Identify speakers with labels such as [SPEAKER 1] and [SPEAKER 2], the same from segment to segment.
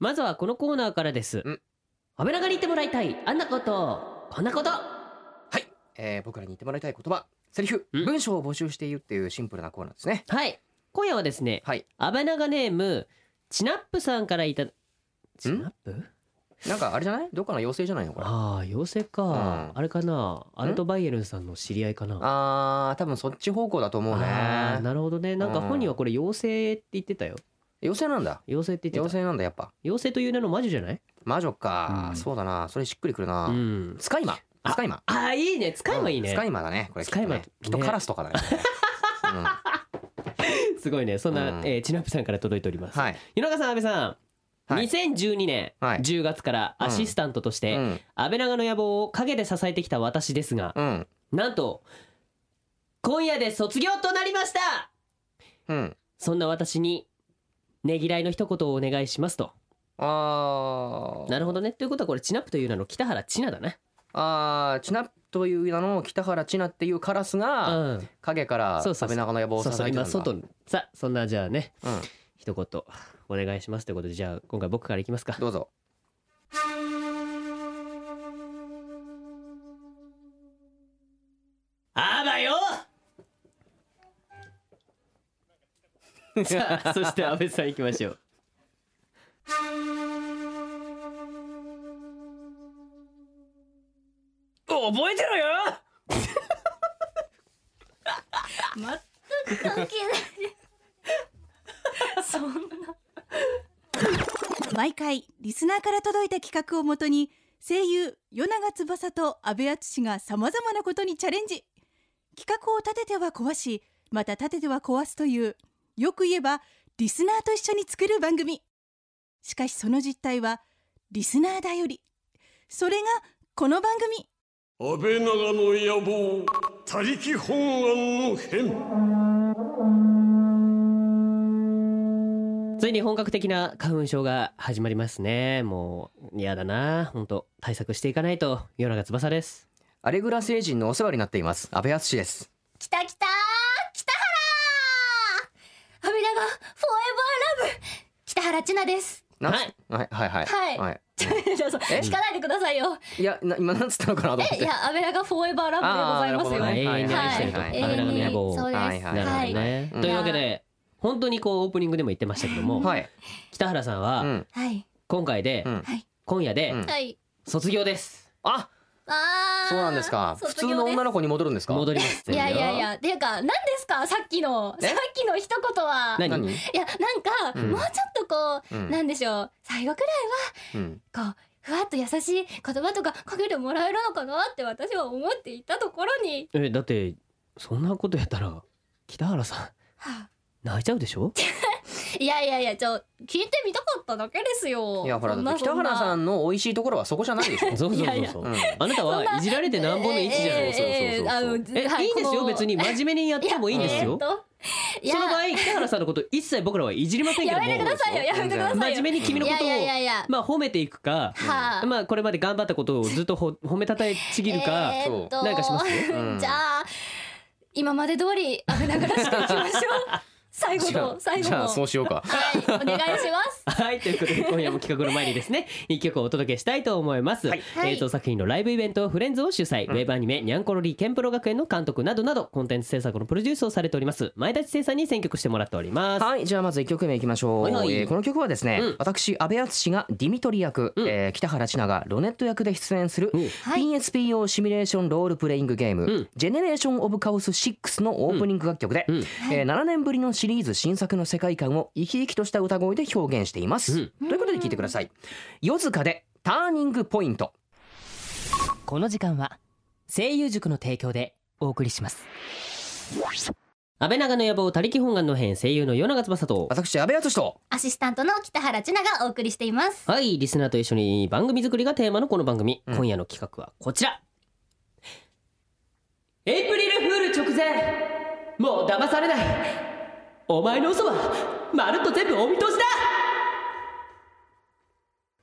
[SPEAKER 1] まずはこのコーナーからです
[SPEAKER 2] ん。
[SPEAKER 1] 安倍長に言ってもらいたい。あんなこと、こんなこと。
[SPEAKER 2] はい、えー、僕らに言ってもらいたい言葉セリフ
[SPEAKER 1] うん
[SPEAKER 2] 文章を募集しているっていうシンプルなコーナーですね
[SPEAKER 1] はい。今夜はですね、
[SPEAKER 2] はい
[SPEAKER 1] 安倍長ネーム、チナップさんからいた、チナップ
[SPEAKER 2] なんかあれじゃないどっかの妖精じゃないのこれ
[SPEAKER 1] ああ、妖精か。
[SPEAKER 2] うん
[SPEAKER 1] あれかな。アルトバイエルンさんの知り合いかな。
[SPEAKER 2] あー多分そっち方向だと思うね
[SPEAKER 1] あーなるほどね。なんか本人はこれ妖精って言ってたよ。
[SPEAKER 2] 妖精なんだ
[SPEAKER 1] 妖精って言ってた。
[SPEAKER 2] 妖精なんだやっぱ
[SPEAKER 1] 妖精という名の魔女じゃない
[SPEAKER 2] 魔女か、
[SPEAKER 1] うん
[SPEAKER 2] そうだなそれしっくりくるな、
[SPEAKER 1] うん。
[SPEAKER 2] 使い魔
[SPEAKER 1] あ
[SPEAKER 2] 使い魔
[SPEAKER 1] ああ、いいね。使えばいいね。
[SPEAKER 2] うん使い魔だねこれきっと
[SPEAKER 1] 使い魔
[SPEAKER 2] ねきっと
[SPEAKER 1] ね
[SPEAKER 2] カラスとかだね、
[SPEAKER 1] すごいね。そんな、
[SPEAKER 2] うん
[SPEAKER 1] えーチナップさんから届いておりま
[SPEAKER 2] うん
[SPEAKER 1] す。
[SPEAKER 2] はい、
[SPEAKER 1] 夜中さん、安倍さん、
[SPEAKER 2] はい
[SPEAKER 1] 2012年
[SPEAKER 2] はい
[SPEAKER 1] 10月からアシスタントとし
[SPEAKER 2] う
[SPEAKER 1] て、
[SPEAKER 2] ん
[SPEAKER 1] 安倍長の野望を陰で支えてきた私ですが、
[SPEAKER 2] うん
[SPEAKER 1] なんと今夜で卒業となりました
[SPEAKER 2] うん
[SPEAKER 1] そんな私にねぎらいの一言をお願いしますと
[SPEAKER 2] あー
[SPEAKER 1] なるほどねということはこれチナップという名の北原千奈だね
[SPEAKER 2] あーチナップという名の北原チナっていうカラスが
[SPEAKER 1] うん
[SPEAKER 2] 影から
[SPEAKER 1] そうそうそう
[SPEAKER 2] 食べ長の野望を支
[SPEAKER 1] そ
[SPEAKER 2] え
[SPEAKER 1] う
[SPEAKER 2] てた
[SPEAKER 1] そうん
[SPEAKER 2] だ
[SPEAKER 1] 今外にさあそんなじゃあね
[SPEAKER 2] うん
[SPEAKER 1] 一言お願いしますということでじゃあ今回僕からいきますか
[SPEAKER 2] どうぞ
[SPEAKER 1] あば よさあそして安倍さんいきましょう覚えてろよ
[SPEAKER 3] 全く関係ないそんな
[SPEAKER 4] 毎回リスナーから届いた企画をもとに声優与永翼と阿部淳がさまざまなことにチャレンジ企画を立てては壊しまた立てては壊すというよく言えばリスナーと一緒に作る番組しかしその実態はリスナーだよりそれがこの番組
[SPEAKER 5] 安倍長の野望他力本願の変
[SPEAKER 1] ついに本格的な花粉症が始まりますねもう嫌だな本当対策していかないと夜長翼です
[SPEAKER 2] アレグラ星人のお世話になっています安倍淳です
[SPEAKER 3] きたきた北原アメラがフォーエバーラブ北原千奈です
[SPEAKER 2] な
[SPEAKER 1] はい
[SPEAKER 2] はいはいはい
[SPEAKER 3] はい
[SPEAKER 2] い
[SPEAKER 3] ちょっと
[SPEAKER 2] え
[SPEAKER 3] 聞かないでくださいよ
[SPEAKER 2] いやな今なんつったのかなと思っ
[SPEAKER 3] えい
[SPEAKER 2] て
[SPEAKER 3] やアメラがフォーエバー
[SPEAKER 2] あー
[SPEAKER 3] ラブでございま
[SPEAKER 1] な
[SPEAKER 3] す
[SPEAKER 1] る
[SPEAKER 3] よ
[SPEAKER 1] よはい永遠に愛してる
[SPEAKER 2] ほどねはいはいはい
[SPEAKER 1] と
[SPEAKER 3] 永遠に
[SPEAKER 1] アメラが野望を
[SPEAKER 3] そうです
[SPEAKER 2] はいは
[SPEAKER 1] な
[SPEAKER 2] い
[SPEAKER 1] るほど
[SPEAKER 3] はい
[SPEAKER 1] ね、
[SPEAKER 2] はい
[SPEAKER 1] というわけで本当にこうオープニングでも言ってましたけども、
[SPEAKER 2] はい
[SPEAKER 1] 北原さんは、
[SPEAKER 2] うん
[SPEAKER 3] はい
[SPEAKER 1] 今回で、
[SPEAKER 2] うん
[SPEAKER 1] 今夜で、
[SPEAKER 2] うん
[SPEAKER 3] はい
[SPEAKER 1] 卒業です
[SPEAKER 2] あ
[SPEAKER 3] あー
[SPEAKER 2] そうなんですか普通
[SPEAKER 3] 卒業
[SPEAKER 2] の
[SPEAKER 3] です
[SPEAKER 2] 女の子に戻るんですか
[SPEAKER 1] 戻ります
[SPEAKER 3] いやい
[SPEAKER 1] 全
[SPEAKER 3] やい
[SPEAKER 1] 部よ
[SPEAKER 3] やっていうか何ですかさっきの
[SPEAKER 2] え
[SPEAKER 3] さっきの一言は
[SPEAKER 1] 何
[SPEAKER 2] 何
[SPEAKER 3] いやなんか、
[SPEAKER 2] うん
[SPEAKER 3] もうちょっとこ
[SPEAKER 2] う
[SPEAKER 3] う、
[SPEAKER 2] ん
[SPEAKER 3] なんでしょう最後く
[SPEAKER 2] うん
[SPEAKER 3] らいこうふわっと優しい言葉とかかけてもらえるのかなって私は思っていたところに
[SPEAKER 1] えだってそんなことやったら北原さ
[SPEAKER 3] はあ
[SPEAKER 1] ん泣いちゃうでしょ
[SPEAKER 3] いやいやいやちょ聞いてみたかっただけですよ
[SPEAKER 2] いやほら
[SPEAKER 3] そんな
[SPEAKER 2] 北原さ
[SPEAKER 3] そ
[SPEAKER 2] んの美味しいところはそこじゃない でしょ
[SPEAKER 1] そうそうそうそう
[SPEAKER 3] いやいや
[SPEAKER 2] うん
[SPEAKER 1] あなたはいじられてなんぼの位置じゃないですか、
[SPEAKER 3] ええええ
[SPEAKER 1] そうそうそう
[SPEAKER 3] ええ
[SPEAKER 1] え
[SPEAKER 3] あのはい
[SPEAKER 1] いいんです
[SPEAKER 3] こ
[SPEAKER 1] よ
[SPEAKER 3] の
[SPEAKER 1] 別に真面目にやってもいいんですよ
[SPEAKER 3] えー、といや
[SPEAKER 1] その場合北原さんのこと一切僕らはいじりませんけど
[SPEAKER 3] や
[SPEAKER 1] も
[SPEAKER 3] めてくださいよやめてくださいよ
[SPEAKER 1] 真面目に君のことを
[SPEAKER 3] いやいやいや
[SPEAKER 1] まあ褒めていくか、
[SPEAKER 3] はあ
[SPEAKER 1] まあこれまで頑張ったことをずっとほ褒めたたえちぎるか、
[SPEAKER 3] えーっと
[SPEAKER 1] なんかします よ
[SPEAKER 2] うん
[SPEAKER 3] じゃあ今まで通り危ながらしていきましょう最後
[SPEAKER 2] じゃ
[SPEAKER 3] の
[SPEAKER 2] あ
[SPEAKER 3] 最後
[SPEAKER 2] じゃ
[SPEAKER 3] の
[SPEAKER 2] あそうしようか
[SPEAKER 3] はいお願いします
[SPEAKER 1] はいという ことで今夜も企画の前にですね一曲をお届けしたいと思います、
[SPEAKER 2] はい
[SPEAKER 1] 映像作品のライブイベントフレンズを主催、ウェブアニメニャンコロリーケンプロ学園の監督などなどコンテンツ制作のプロデュースをされております前田知世さんに選曲してもらっております
[SPEAKER 2] はいじゃあまず一曲目いきましょう、
[SPEAKER 1] はいはい
[SPEAKER 2] えーこの曲はですね、
[SPEAKER 1] うん
[SPEAKER 2] 私安部淳がディミトリ役、
[SPEAKER 1] うん
[SPEAKER 2] えー北原千奈がロネット役で出演する、
[SPEAKER 1] うん
[SPEAKER 2] PSP 用シミュレーションロールプレイングゲーム、
[SPEAKER 1] うん
[SPEAKER 2] ジェネレーションオブカオス6のオープニング楽曲で、
[SPEAKER 1] うんうん
[SPEAKER 2] えー7年ぶりのシリーズ新作の世界観を生き生きとした歌声で表現しています、
[SPEAKER 1] うん
[SPEAKER 2] ということで聞いてください夜塚でターニングポイント
[SPEAKER 6] この時間は声優塾の提供でお送りします
[SPEAKER 1] 安倍長の野望他力本願の編声優の与永翼と
[SPEAKER 2] 私安部淳と
[SPEAKER 3] アシスタントの北原千奈がお送りしています
[SPEAKER 1] はいリスナーと一緒に番組作りがテーマのこの番組、
[SPEAKER 2] うん
[SPEAKER 1] 今夜の企画はこちらエイプリルフール直前もう騙されないお前の嘘はまるっと全部お見通しだ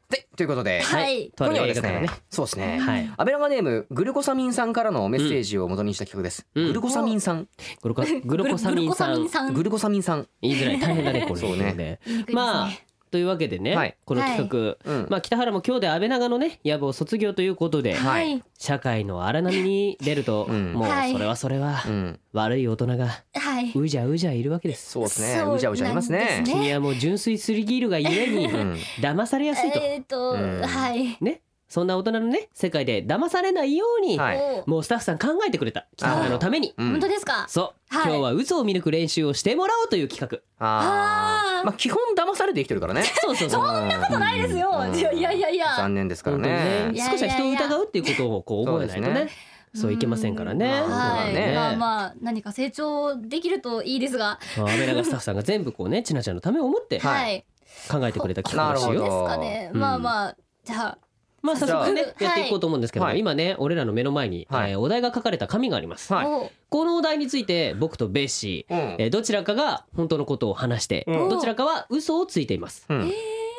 [SPEAKER 2] でということで、
[SPEAKER 3] はい
[SPEAKER 1] とあ
[SPEAKER 2] 今
[SPEAKER 1] る映
[SPEAKER 2] 夜はです
[SPEAKER 1] 画から
[SPEAKER 2] ね
[SPEAKER 1] ね
[SPEAKER 2] そうですね、
[SPEAKER 1] はい
[SPEAKER 2] 安倍長ネームグルコサミンさんからのメッセージを元にした企画です、
[SPEAKER 1] うん
[SPEAKER 2] グルコサミンさん
[SPEAKER 1] グルコグルコサミンさ
[SPEAKER 3] グル
[SPEAKER 1] ん
[SPEAKER 3] コサミンさん
[SPEAKER 2] グルコサミン酸
[SPEAKER 1] 言いづらい大変だねこれ
[SPEAKER 2] そうね
[SPEAKER 1] で
[SPEAKER 3] 言いにくいですね
[SPEAKER 1] まあというわけでね、
[SPEAKER 2] はい
[SPEAKER 1] この企画、
[SPEAKER 2] うん
[SPEAKER 1] まあ、北原も今日で安倍長のね野望を卒業ということで、
[SPEAKER 2] はい
[SPEAKER 3] はい
[SPEAKER 1] 社会の荒波に出ると、
[SPEAKER 2] うん
[SPEAKER 1] もう
[SPEAKER 3] はい
[SPEAKER 1] それはそれは、
[SPEAKER 2] うん、
[SPEAKER 1] 悪い大人が
[SPEAKER 3] はい。
[SPEAKER 1] うじゃうじゃいるわけです。
[SPEAKER 2] そうですね
[SPEAKER 3] そう
[SPEAKER 2] うじゃうじゃいますね
[SPEAKER 3] なんですね
[SPEAKER 1] 君はもう純粋すぎるがゆえ に
[SPEAKER 2] うん
[SPEAKER 1] 騙されやすいと、
[SPEAKER 3] えっと、
[SPEAKER 2] うん
[SPEAKER 3] はい。
[SPEAKER 1] ねそんな大人のね世界で騙されないように、
[SPEAKER 2] はい
[SPEAKER 3] お
[SPEAKER 1] もうスタッフさん考えてくれた北原のために
[SPEAKER 2] うん
[SPEAKER 3] 本当ですか。
[SPEAKER 1] そう、
[SPEAKER 3] はい
[SPEAKER 1] 今日は嘘を見抜く練習をしてもらおうという企
[SPEAKER 2] あ
[SPEAKER 3] あー
[SPEAKER 2] ーまあ基本騙されて生きてるからね
[SPEAKER 1] 画そうそうそう
[SPEAKER 2] そんなこ
[SPEAKER 3] ことないですよ。
[SPEAKER 2] うん
[SPEAKER 3] いやいやいやいや。
[SPEAKER 2] 残念ですから
[SPEAKER 1] 本当に
[SPEAKER 2] ね
[SPEAKER 1] ね少しは人を疑うっていうことをこう覚えないとね
[SPEAKER 2] い
[SPEAKER 1] そ
[SPEAKER 2] や
[SPEAKER 1] う
[SPEAKER 2] いやいや
[SPEAKER 1] いけませんからね。
[SPEAKER 2] うん
[SPEAKER 3] は
[SPEAKER 2] そう
[SPEAKER 3] い、
[SPEAKER 2] だね
[SPEAKER 3] まあまあ何か成長できるといいですが、
[SPEAKER 1] まあアメラガスタッフさんが全部こうねちなちゃんのためを思って
[SPEAKER 2] は
[SPEAKER 3] はいい、
[SPEAKER 1] 考えてくれた企画です
[SPEAKER 2] なるほ
[SPEAKER 1] よ
[SPEAKER 3] です
[SPEAKER 2] ど。
[SPEAKER 3] かね。
[SPEAKER 1] うん
[SPEAKER 3] まあまあじゃあ
[SPEAKER 1] まあ早速ね
[SPEAKER 3] じゃ
[SPEAKER 1] や
[SPEAKER 3] あ
[SPEAKER 1] っていこうと思うんですけども
[SPEAKER 2] はい
[SPEAKER 1] 今ね俺らの目の前に
[SPEAKER 2] はい
[SPEAKER 1] えーお題が書かれた紙があります。
[SPEAKER 2] はい
[SPEAKER 3] お
[SPEAKER 1] このお題について僕とベッシ
[SPEAKER 2] うん
[SPEAKER 1] ーえーどちらかが本当のことを話して
[SPEAKER 2] うん
[SPEAKER 1] どちらかは嘘をついています。
[SPEAKER 2] うん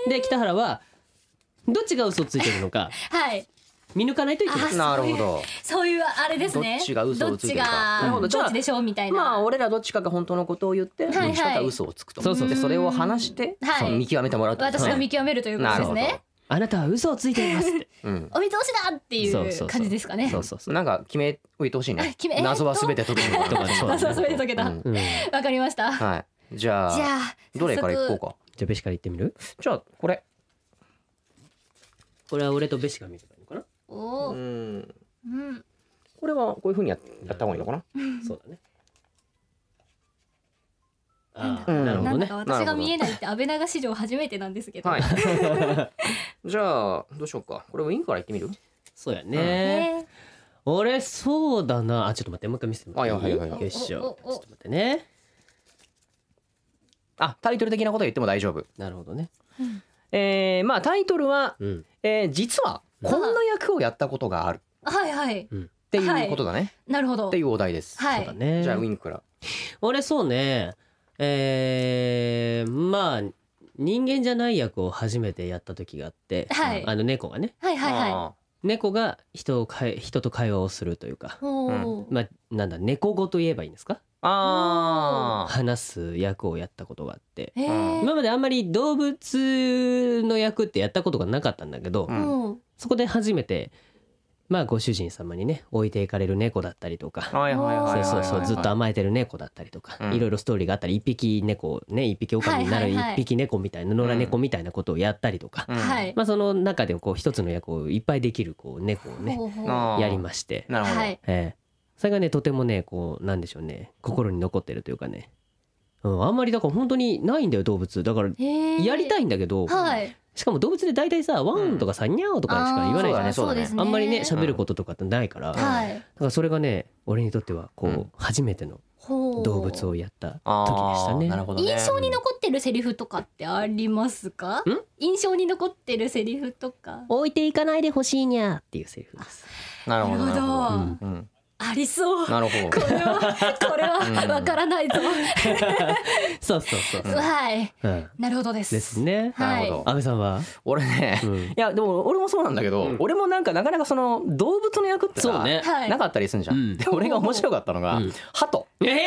[SPEAKER 1] で北原はどっちが嘘をついてるのか
[SPEAKER 3] はい
[SPEAKER 1] 見抜かないといけない。
[SPEAKER 3] あ
[SPEAKER 2] なるほど
[SPEAKER 3] そういうあれですね。
[SPEAKER 2] どっちが嘘をついてるかなる
[SPEAKER 3] ど
[SPEAKER 2] ほ
[SPEAKER 3] っち
[SPEAKER 2] どじ
[SPEAKER 3] が
[SPEAKER 2] ゃあ
[SPEAKER 3] どっちでしょうみたいな。
[SPEAKER 2] まあ俺らどっちかが本当のことを言って、
[SPEAKER 3] いはい
[SPEAKER 2] どっちかが嘘をつくと
[SPEAKER 1] そうそう
[SPEAKER 2] でそれを話して、
[SPEAKER 3] はい
[SPEAKER 2] その見極めてもらうってこと
[SPEAKER 3] 私
[SPEAKER 2] ね
[SPEAKER 3] が見極めるということ
[SPEAKER 2] なる
[SPEAKER 3] で
[SPEAKER 2] ほ
[SPEAKER 3] す
[SPEAKER 2] ど
[SPEAKER 3] ね。
[SPEAKER 1] あなたは嘘をついていますって。
[SPEAKER 2] うん
[SPEAKER 3] お見通しだってい
[SPEAKER 1] そうそうそう
[SPEAKER 3] う感じですかね。
[SPEAKER 1] そうそう そう。
[SPEAKER 2] なんか決めおいてほしいね
[SPEAKER 3] 決め
[SPEAKER 2] 謎はすべて解ける
[SPEAKER 1] とかねそう
[SPEAKER 3] 謎は全て解けた。
[SPEAKER 2] う
[SPEAKER 3] わ
[SPEAKER 2] ん
[SPEAKER 1] うん、じ
[SPEAKER 3] かりました。じゃ
[SPEAKER 2] はいじゃあ
[SPEAKER 3] あ
[SPEAKER 2] どれからいこう
[SPEAKER 3] か。
[SPEAKER 2] か
[SPEAKER 1] ゃあベシから言ってみる
[SPEAKER 2] じゃあこれ
[SPEAKER 1] これは俺とベシが見ればいいのかな
[SPEAKER 3] お
[SPEAKER 2] う
[SPEAKER 3] ー
[SPEAKER 2] ん
[SPEAKER 3] うん。
[SPEAKER 2] これはこういう風にややった方がいいのかな
[SPEAKER 1] そうだね。あ
[SPEAKER 2] う
[SPEAKER 1] ー
[SPEAKER 2] ん
[SPEAKER 1] なるほ
[SPEAKER 3] な
[SPEAKER 1] ど
[SPEAKER 3] ん
[SPEAKER 1] ね
[SPEAKER 3] だか。私が見えないって安倍長史上初めてなんですけど。
[SPEAKER 2] はい じゃあどうしようかこれウィンからいってみる
[SPEAKER 1] そうや
[SPEAKER 3] え
[SPEAKER 1] ね。
[SPEAKER 3] ー
[SPEAKER 1] 俺そうだな。あちょっと待ってもう一回見せてもらってい
[SPEAKER 2] あ
[SPEAKER 1] い
[SPEAKER 2] はいはいはい
[SPEAKER 1] よいしょ。ち
[SPEAKER 3] お
[SPEAKER 1] ょ
[SPEAKER 3] お
[SPEAKER 1] っ
[SPEAKER 3] お
[SPEAKER 1] と待ってね。
[SPEAKER 2] あタイトル的なことは言っても大丈夫
[SPEAKER 1] なるほどね。
[SPEAKER 2] えーまあタイトルは
[SPEAKER 1] うん。
[SPEAKER 2] えー実はこんな役をやったことがあるっ
[SPEAKER 3] はいはい。
[SPEAKER 2] ていうことだね、
[SPEAKER 3] なるほど
[SPEAKER 2] って。いうお題です、
[SPEAKER 3] は
[SPEAKER 1] そうだ
[SPEAKER 3] い。
[SPEAKER 1] ね。
[SPEAKER 2] じゃあウィンから
[SPEAKER 1] 俺そうね。えー、まあ人間じゃない役を初めてやった時があって、
[SPEAKER 3] はい
[SPEAKER 1] あの猫がね、
[SPEAKER 3] はいはいはい。
[SPEAKER 2] あ
[SPEAKER 1] 猫が人をかい人と会話をするというか、
[SPEAKER 3] おお。
[SPEAKER 1] まあなんだ猫語と言えばいいんですか？
[SPEAKER 2] ーあー
[SPEAKER 1] 話す役をやったことがあって、
[SPEAKER 3] ええ
[SPEAKER 2] うん
[SPEAKER 3] ー。
[SPEAKER 1] 今まであんまり動物の役ってやったことがなかったんだけど、
[SPEAKER 2] うん
[SPEAKER 3] おお。
[SPEAKER 1] そこで初めてまあご主人様にね置いていかれる猫だったりとか。
[SPEAKER 2] はいはいはいはいはい
[SPEAKER 1] そうそうそうずっと
[SPEAKER 2] あ
[SPEAKER 1] 甘えてる猫だったりとか、
[SPEAKER 2] うん
[SPEAKER 1] いろいろストーリーがあったり一匹猫をね一匹狼になる
[SPEAKER 3] はいはいはい
[SPEAKER 1] 一匹猫みたいな野良猫みたいなことをやったりとか、
[SPEAKER 3] は、い。
[SPEAKER 1] まあ、その中でこう一つの役をいっぱいできるこう猫をね
[SPEAKER 3] ほうほう
[SPEAKER 2] あー
[SPEAKER 1] やりまして、
[SPEAKER 2] なるほど、
[SPEAKER 3] はい。
[SPEAKER 1] ええ、それがねとてもねこうなんでしょうね心に残ってるというかね、うん、あんまりだから本当にないんだよ動物だから
[SPEAKER 3] えー
[SPEAKER 1] やりたいんだけど、
[SPEAKER 3] はい。
[SPEAKER 1] しかも動物で大体さワンとかさ、ニャオとかしか言わないじゃない
[SPEAKER 3] あー
[SPEAKER 1] ですか
[SPEAKER 2] そうだねそうだね
[SPEAKER 1] あんまりね
[SPEAKER 3] そう
[SPEAKER 1] 喋
[SPEAKER 3] です
[SPEAKER 1] ることとかってないから、だか
[SPEAKER 3] はい。
[SPEAKER 1] らそれがね俺にとってはこう、
[SPEAKER 2] うん
[SPEAKER 1] 初めての
[SPEAKER 3] ほう
[SPEAKER 1] 動物をやった
[SPEAKER 2] あ
[SPEAKER 1] 時でした
[SPEAKER 2] ー
[SPEAKER 1] ね
[SPEAKER 2] なるほどね
[SPEAKER 3] 印象に残ってるセリフとかってありますか印象に残ってるセリフとか
[SPEAKER 1] 置いていかないでほしいにゃっていうセリフです
[SPEAKER 2] なるほどな
[SPEAKER 3] な
[SPEAKER 2] るほ
[SPEAKER 3] るほ
[SPEAKER 2] ど
[SPEAKER 3] ど
[SPEAKER 1] うん
[SPEAKER 2] うん
[SPEAKER 3] ありそうこ
[SPEAKER 2] なるほど
[SPEAKER 3] れはこれ
[SPEAKER 2] うん
[SPEAKER 3] はわからないぞ
[SPEAKER 1] そうそうそうそう、
[SPEAKER 3] はい
[SPEAKER 1] うん、
[SPEAKER 3] なるほどで
[SPEAKER 1] です
[SPEAKER 3] す
[SPEAKER 1] ね
[SPEAKER 3] はい
[SPEAKER 2] なるほど
[SPEAKER 1] 安部さんは、
[SPEAKER 2] 俺ね、
[SPEAKER 1] う
[SPEAKER 2] い
[SPEAKER 1] ん
[SPEAKER 2] やでも俺もそうなんだけど、
[SPEAKER 1] うん
[SPEAKER 2] 俺もなんかなかなかその動物の役ってさ
[SPEAKER 1] そうね
[SPEAKER 3] はい
[SPEAKER 2] なかったりするじゃん、
[SPEAKER 1] うん
[SPEAKER 2] で俺が面白かったのが、
[SPEAKER 1] うん
[SPEAKER 2] 鳩
[SPEAKER 1] ええ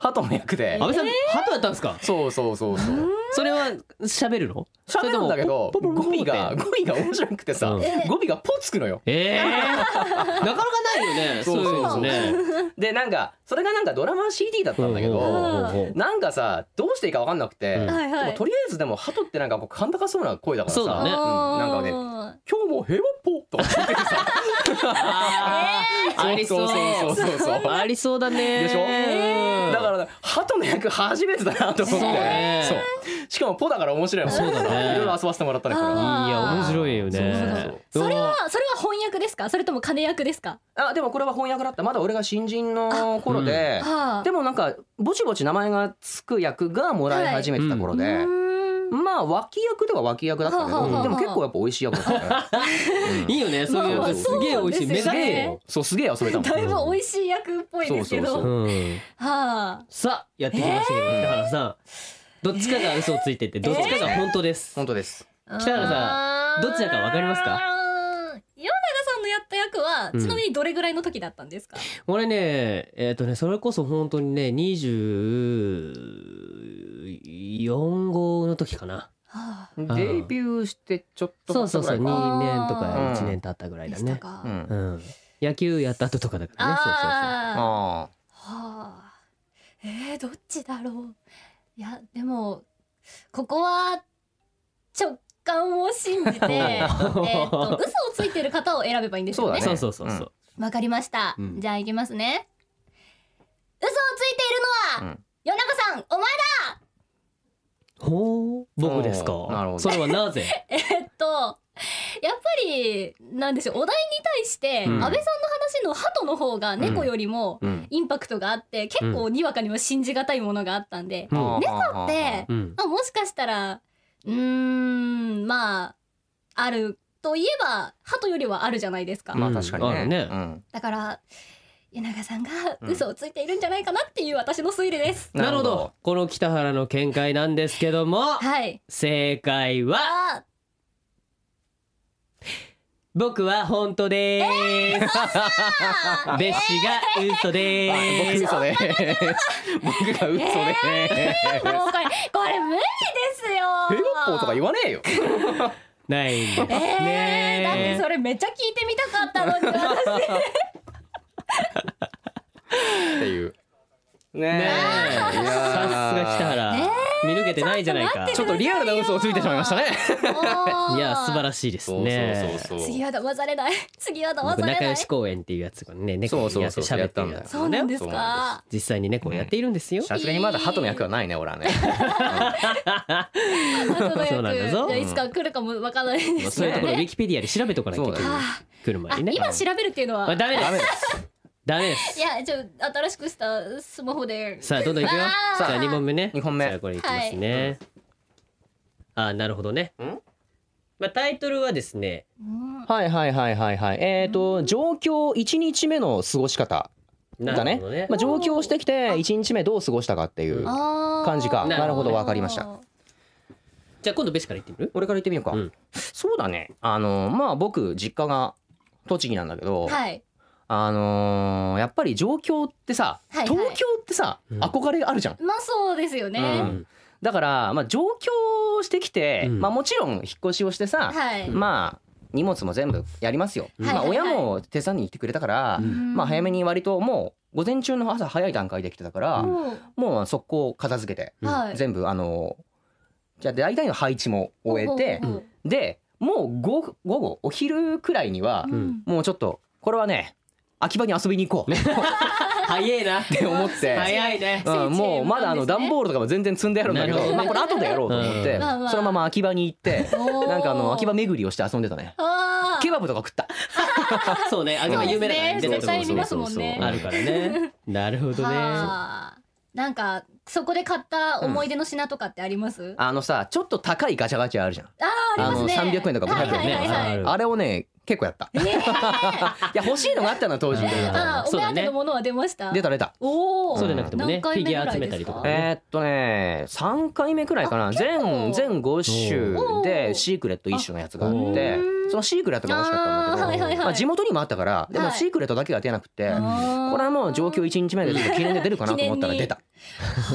[SPEAKER 2] 鳩の役で
[SPEAKER 1] 安倍さん、鳩やったんですか。
[SPEAKER 2] そうそうそうそう
[SPEAKER 1] それは喋るの。
[SPEAKER 2] 喋るんだけど
[SPEAKER 1] それともポポポポ
[SPEAKER 2] 語
[SPEAKER 1] ポ
[SPEAKER 2] 尾が
[SPEAKER 1] って
[SPEAKER 2] 語尾が面白くてさ、
[SPEAKER 1] うん
[SPEAKER 2] 語尾がポつくのよ
[SPEAKER 1] ええな かなかないよね。そういうのね。
[SPEAKER 2] でなんかそれがなんかドラマ CD だったんだけど、
[SPEAKER 1] うん
[SPEAKER 2] なんかさどうしていいか分かんなくて、
[SPEAKER 1] うん
[SPEAKER 2] で
[SPEAKER 3] はいは
[SPEAKER 2] も
[SPEAKER 3] い
[SPEAKER 2] とりあえずでも鳩ってなんかこう甲高そうな声だからさ
[SPEAKER 1] そうだね
[SPEAKER 2] んなんかね
[SPEAKER 3] ね
[SPEAKER 2] 今日も平和っぽとか言ってさ
[SPEAKER 1] あーありそう。
[SPEAKER 2] そうそうそうそう
[SPEAKER 1] ありそうだね。
[SPEAKER 2] でしょ
[SPEAKER 1] うん
[SPEAKER 2] だからね鳩の役初めてだなと思って
[SPEAKER 1] そうね
[SPEAKER 2] そうしかもポだから面白いもん
[SPEAKER 1] そうだね
[SPEAKER 2] いろいろ遊ばせてもらったねこれは
[SPEAKER 1] うんいや、面白いよ
[SPEAKER 2] そうそう
[SPEAKER 1] ね。
[SPEAKER 3] それ
[SPEAKER 1] う
[SPEAKER 3] は
[SPEAKER 1] わ。
[SPEAKER 3] それは翻訳ですかそれとも金役ですか
[SPEAKER 2] あでもこれは翻訳だったまだ俺が新人の頃で、
[SPEAKER 3] はあ
[SPEAKER 2] でもなんかぼちぼち名前がつく役がもらい始めてた頃で、
[SPEAKER 3] うーん
[SPEAKER 2] まあ脇役では脇役だったけど、
[SPEAKER 3] はあはあはあ
[SPEAKER 2] でも結構やっぱ美味しい役だったね、うん
[SPEAKER 1] いいよね。そういう
[SPEAKER 2] まあまあ
[SPEAKER 1] のすげえ美味しい。
[SPEAKER 3] そう
[SPEAKER 1] め
[SPEAKER 3] で
[SPEAKER 1] っ
[SPEAKER 3] す
[SPEAKER 1] ち
[SPEAKER 3] よ
[SPEAKER 1] ゃ
[SPEAKER 3] ね
[SPEAKER 1] いい
[SPEAKER 2] そう
[SPEAKER 1] よ。
[SPEAKER 2] そうすげえ遊べたもん
[SPEAKER 3] だいぶ美味しい役っぽいですけ
[SPEAKER 2] そうそうそ
[SPEAKER 3] ど
[SPEAKER 1] うん。
[SPEAKER 3] はあ
[SPEAKER 1] さあ、やってきましたけど、北原さん。どっちかが嘘をついてて、どっちかが本当です。
[SPEAKER 2] 本当です
[SPEAKER 1] 北原さんどちらかわかりますか
[SPEAKER 3] 岩永さんのやった役は、
[SPEAKER 1] うん
[SPEAKER 3] ちなみにどれぐらいの時だったんですか
[SPEAKER 1] 俺ねえっ、とねそれこそ本当にね245の時かな
[SPEAKER 4] あ
[SPEAKER 2] デビューしてちょっと
[SPEAKER 1] そうそうそう
[SPEAKER 2] 経ったぐらいか
[SPEAKER 1] 2年とか
[SPEAKER 2] うん
[SPEAKER 1] 1年経ったぐら
[SPEAKER 4] あ
[SPEAKER 1] い
[SPEAKER 4] で
[SPEAKER 1] だ
[SPEAKER 4] した
[SPEAKER 1] ね、
[SPEAKER 4] か、
[SPEAKER 2] うん
[SPEAKER 1] うん、野球やった後とかだからねそうそうそう
[SPEAKER 3] ああ
[SPEAKER 2] あ
[SPEAKER 3] はあえー、どっちだろういやでもここは直感を信 じてえーと嘘をついてる方を選べばいいんですよ
[SPEAKER 2] そうだ
[SPEAKER 3] ね
[SPEAKER 2] ね
[SPEAKER 1] そうそうそうそう。
[SPEAKER 3] わかりました、
[SPEAKER 1] うん
[SPEAKER 3] じゃあ行きますね嘘をついているの
[SPEAKER 2] う
[SPEAKER 3] は、
[SPEAKER 2] ん
[SPEAKER 3] 夜中さんお前
[SPEAKER 1] ほう、僕ですか。
[SPEAKER 2] おーなるほど
[SPEAKER 1] それはなぜ。
[SPEAKER 3] えっとやっぱりなんでしょうお題に対して、
[SPEAKER 2] うん
[SPEAKER 3] 安倍さんの話の鳩の方が猫よりも
[SPEAKER 2] あうん
[SPEAKER 3] インパクトがあって、結構にわかには信じがたいものがあったんで、
[SPEAKER 1] うん
[SPEAKER 2] 猫
[SPEAKER 3] って
[SPEAKER 1] うん。
[SPEAKER 3] まあ、もしかしたらうーんまああるといえば鳩よりはあるじゃないですか、
[SPEAKER 2] まあ確かに
[SPEAKER 1] あ
[SPEAKER 2] ね
[SPEAKER 1] るね
[SPEAKER 2] うん
[SPEAKER 3] だから柳中さんが
[SPEAKER 2] うん
[SPEAKER 3] 嘘をついているんじゃないかなっていう私の推理です、
[SPEAKER 1] なるほ
[SPEAKER 2] なる
[SPEAKER 1] ど
[SPEAKER 2] ほど。
[SPEAKER 1] この北原の見解なんですけども、
[SPEAKER 3] はい
[SPEAKER 1] 正解は
[SPEAKER 3] あ
[SPEAKER 1] 僕は本当です。
[SPEAKER 3] ー
[SPEAKER 1] べっしが嘘で
[SPEAKER 2] あ僕
[SPEAKER 1] す。
[SPEAKER 2] 嘘です 僕が嘘です
[SPEAKER 3] ーもうこれこれ無理ですよ
[SPEAKER 2] ヘロッポーとか言わねえよ
[SPEAKER 1] ないんです
[SPEAKER 3] えーだって
[SPEAKER 1] ね。
[SPEAKER 3] それめっちゃ聞いてみたかったのに私
[SPEAKER 2] っていうね
[SPEAKER 1] ねえ。さす
[SPEAKER 2] いやー
[SPEAKER 1] が北原
[SPEAKER 3] ね。
[SPEAKER 1] 見抜けてないじゃないか。
[SPEAKER 2] ちょっとリアルな嘘をついてしまいましたね
[SPEAKER 3] も う
[SPEAKER 1] いや素晴らしいです
[SPEAKER 2] そう
[SPEAKER 1] ね。
[SPEAKER 2] そうそうそう
[SPEAKER 3] 次は騙されない次は騙
[SPEAKER 1] 僕
[SPEAKER 3] され
[SPEAKER 1] 仲
[SPEAKER 3] な
[SPEAKER 1] 良
[SPEAKER 3] い
[SPEAKER 1] し公演っていうやつがね猫にやって喋ってるやつ
[SPEAKER 3] そ
[SPEAKER 1] な
[SPEAKER 3] う
[SPEAKER 1] だ
[SPEAKER 3] んな
[SPEAKER 1] よ
[SPEAKER 3] んです
[SPEAKER 2] そうな
[SPEAKER 3] か
[SPEAKER 1] 実際に猫をやっているんですよ。
[SPEAKER 2] さすがにまだ鳩の役はないね俺はね
[SPEAKER 3] 鳩の役
[SPEAKER 1] そうなんだぞ
[SPEAKER 3] じゃあいつか来るかもわからないで
[SPEAKER 1] まあ
[SPEAKER 3] す
[SPEAKER 1] そういうところウ
[SPEAKER 3] ね
[SPEAKER 1] ィキペディアで調べとかないといけ
[SPEAKER 2] そうだ
[SPEAKER 1] ない。
[SPEAKER 3] あ
[SPEAKER 1] 来る前
[SPEAKER 3] ー
[SPEAKER 1] にね
[SPEAKER 3] あ。今調べるっていうのは
[SPEAKER 1] まあ、ダメです
[SPEAKER 2] ダメです
[SPEAKER 1] ダメで
[SPEAKER 3] い
[SPEAKER 1] す
[SPEAKER 3] やじゃあ新しくしたスマホで
[SPEAKER 1] さあどんどんいくよ
[SPEAKER 3] あー
[SPEAKER 1] さあ2本目ね
[SPEAKER 2] 二本目
[SPEAKER 1] じゃあこれいきますね、あーなるほどね
[SPEAKER 2] ん
[SPEAKER 1] まあタイトルはですね
[SPEAKER 3] うん
[SPEAKER 2] はいはいはいはいはいえっ、と上京1日目の過ごし方
[SPEAKER 1] な
[SPEAKER 2] だ
[SPEAKER 1] る
[SPEAKER 2] ね
[SPEAKER 1] ほどね
[SPEAKER 2] まあ、上京してきて1日目どう過ごしたかっていう
[SPEAKER 3] あー
[SPEAKER 2] 感じか
[SPEAKER 1] なるほど
[SPEAKER 2] わかりました
[SPEAKER 1] じゃあ今度ベシからいってみる
[SPEAKER 2] 俺から言ってみようか、
[SPEAKER 1] うん
[SPEAKER 2] そうだねあのまあ僕実家が栃木なんだけど、
[SPEAKER 3] はい
[SPEAKER 2] あのーやっぱり上京ってさ、
[SPEAKER 3] はいはい
[SPEAKER 2] 東京ってさ、
[SPEAKER 1] うん
[SPEAKER 2] 憧れがあるじゃん
[SPEAKER 3] まあそうですよね、
[SPEAKER 2] うんだから、まあ、上京してきて、
[SPEAKER 1] うん
[SPEAKER 2] まあ、もちろん引っ越しをしてさ、
[SPEAKER 3] はい、
[SPEAKER 2] まあ荷物も全部やりますよ、
[SPEAKER 1] うん
[SPEAKER 2] まあ、
[SPEAKER 3] はいはい
[SPEAKER 2] 親
[SPEAKER 3] はい
[SPEAKER 2] も手伝いに行ってくれたから、
[SPEAKER 1] うん
[SPEAKER 2] まあ、早めに割ともう午前中の朝早い段階で来てたから、
[SPEAKER 3] も
[SPEAKER 2] もう速攻片付けて、
[SPEAKER 3] うはい
[SPEAKER 2] 全部あのじゃあ大体の配置も終えて、
[SPEAKER 3] ほうほうほ
[SPEAKER 2] でもう午後午後お昼くらいには
[SPEAKER 3] う
[SPEAKER 1] うん
[SPEAKER 3] うん
[SPEAKER 2] もうちょっとこれはね秋葉に遊びに行こう
[SPEAKER 1] 早いな
[SPEAKER 2] って思って。
[SPEAKER 1] 早い ね
[SPEAKER 2] うん、もうまだあの
[SPEAKER 3] 聖地へ向かうんですね
[SPEAKER 2] 段ボールとかも全然積んであるんだけど
[SPEAKER 1] なるほど
[SPEAKER 2] まあこれ後でやろうと思って、
[SPEAKER 1] うん
[SPEAKER 3] まあまあ
[SPEAKER 2] そのまま秋葉に行って
[SPEAKER 3] おー
[SPEAKER 2] なんかあの秋葉巡りをして遊んでたね
[SPEAKER 3] あー
[SPEAKER 2] ケバブとか食った
[SPEAKER 1] そうねあでも有名だからね出たと
[SPEAKER 3] そうですね
[SPEAKER 1] こ
[SPEAKER 3] 絶対見ますもんね
[SPEAKER 1] そうそうそうあるから ねなるほどね
[SPEAKER 3] はあなんかそこで買った思い出の品とかってあります、あ
[SPEAKER 2] あのさちょっと高いガチャガチャあるじゃん
[SPEAKER 3] ーありますね
[SPEAKER 2] あの300円とか500円ね
[SPEAKER 3] はいはいはいはい
[SPEAKER 1] うん
[SPEAKER 2] あれをね結構や った、いや欲しいのがあったな当時
[SPEAKER 3] あー
[SPEAKER 1] そ
[SPEAKER 3] お
[SPEAKER 1] う
[SPEAKER 3] 目
[SPEAKER 1] だ
[SPEAKER 3] 当て
[SPEAKER 1] ね
[SPEAKER 3] のものは出ました
[SPEAKER 2] 出た出た
[SPEAKER 3] おお
[SPEAKER 1] そうじゃなくてもね
[SPEAKER 3] 何
[SPEAKER 1] フ
[SPEAKER 3] 回
[SPEAKER 1] ィ
[SPEAKER 3] 目ぐ
[SPEAKER 1] ギ
[SPEAKER 3] らい
[SPEAKER 1] ュ
[SPEAKER 3] ですか
[SPEAKER 1] ア集めたりとかね
[SPEAKER 2] えーっとね3回目くらいかな全全5
[SPEAKER 3] おー
[SPEAKER 2] 種でシークレット1種のやつがあって
[SPEAKER 3] うん
[SPEAKER 2] そのシークレットが欲しかったんだけど
[SPEAKER 3] あーはいはいはい
[SPEAKER 2] まあ、地元にもあったからでも
[SPEAKER 3] はい
[SPEAKER 2] シークレットだけが出なくて、
[SPEAKER 3] こ
[SPEAKER 2] これはもう上京1日目でちょっと記念で出るかなと思ったら
[SPEAKER 3] 記念
[SPEAKER 2] 出
[SPEAKER 3] に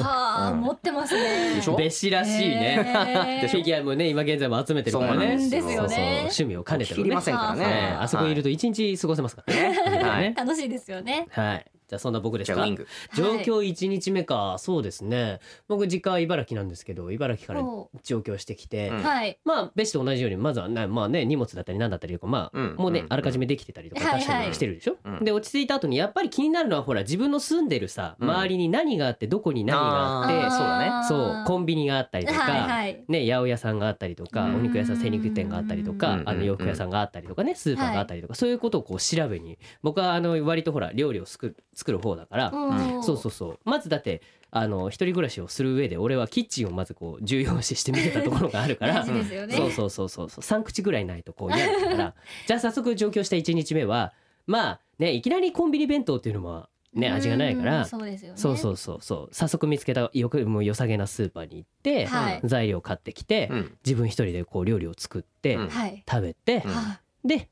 [SPEAKER 2] た
[SPEAKER 3] はあ、
[SPEAKER 2] うん
[SPEAKER 3] 持ってますね
[SPEAKER 2] でしょ
[SPEAKER 1] べしらしい
[SPEAKER 3] へ
[SPEAKER 1] ね
[SPEAKER 3] ー
[SPEAKER 1] フィギュアもね今現在も集めてるから
[SPEAKER 3] そうな
[SPEAKER 1] ね
[SPEAKER 3] んですよ
[SPEAKER 1] そうそう趣味を兼ねて
[SPEAKER 2] 切
[SPEAKER 1] る
[SPEAKER 2] り
[SPEAKER 1] ね
[SPEAKER 2] ませんから
[SPEAKER 1] ね
[SPEAKER 2] ね
[SPEAKER 1] あそこにいると一日過ごせますからね。
[SPEAKER 2] はい
[SPEAKER 1] ね
[SPEAKER 3] 楽しいですよね
[SPEAKER 1] はい。じゃあそんな僕です
[SPEAKER 2] じゃあ
[SPEAKER 1] か。
[SPEAKER 2] ウィング
[SPEAKER 1] 上京一日目か。そうですね。僕実家は茨城なんですけど、茨城から
[SPEAKER 3] お
[SPEAKER 1] 上京してきて
[SPEAKER 2] う、ん
[SPEAKER 3] はい
[SPEAKER 1] まあ別紙と同じようにまずはねまあね荷物だったり何だったりとかまあ
[SPEAKER 2] うん
[SPEAKER 1] もうね
[SPEAKER 2] うん
[SPEAKER 1] あらかじめできてたりとか
[SPEAKER 3] はい
[SPEAKER 1] 出したりしてるでしょ
[SPEAKER 2] はい。うん
[SPEAKER 1] で落ち着いた後にやっぱり気になるのはほら自分の住んでるさ
[SPEAKER 2] うん
[SPEAKER 1] 周りに何があってどこに何があっ
[SPEAKER 2] で
[SPEAKER 1] て
[SPEAKER 3] あー
[SPEAKER 2] そうだね
[SPEAKER 1] そうコンビニがあったりと
[SPEAKER 3] はい
[SPEAKER 1] か
[SPEAKER 3] はい
[SPEAKER 1] ね、八百屋さんがあったりとかお
[SPEAKER 3] うん
[SPEAKER 1] 肉屋さん精肉店があったりと
[SPEAKER 2] う
[SPEAKER 1] か
[SPEAKER 2] ん
[SPEAKER 1] あの洋服屋さんがあったりとかねスーパーがあったりとかそういうことをこう調べに僕はあの割とほら料理を作る作る方だから
[SPEAKER 3] うん
[SPEAKER 1] そうそうそうまずだってあの一人暮らしをする上で俺はキッチンをまずこう重要視して見てたところがあるか ら
[SPEAKER 3] 大事ですよね
[SPEAKER 1] そうそうそうそうそう3口ぐらいないとこう嫌だから じゃあ早速上京した1日目はまあねいきなりコンビニ弁当っていうのもね味がないか
[SPEAKER 3] う
[SPEAKER 1] ら
[SPEAKER 3] んそうですよね
[SPEAKER 1] そうそうそうそう早速見つけたよくもう良さげなスーパーに行って、
[SPEAKER 3] はい
[SPEAKER 1] 材料買ってきて、
[SPEAKER 2] うん
[SPEAKER 1] 自分一人でこう料理を作って、
[SPEAKER 2] うん
[SPEAKER 3] はい、
[SPEAKER 1] 食べて、
[SPEAKER 2] うん
[SPEAKER 3] は
[SPEAKER 1] で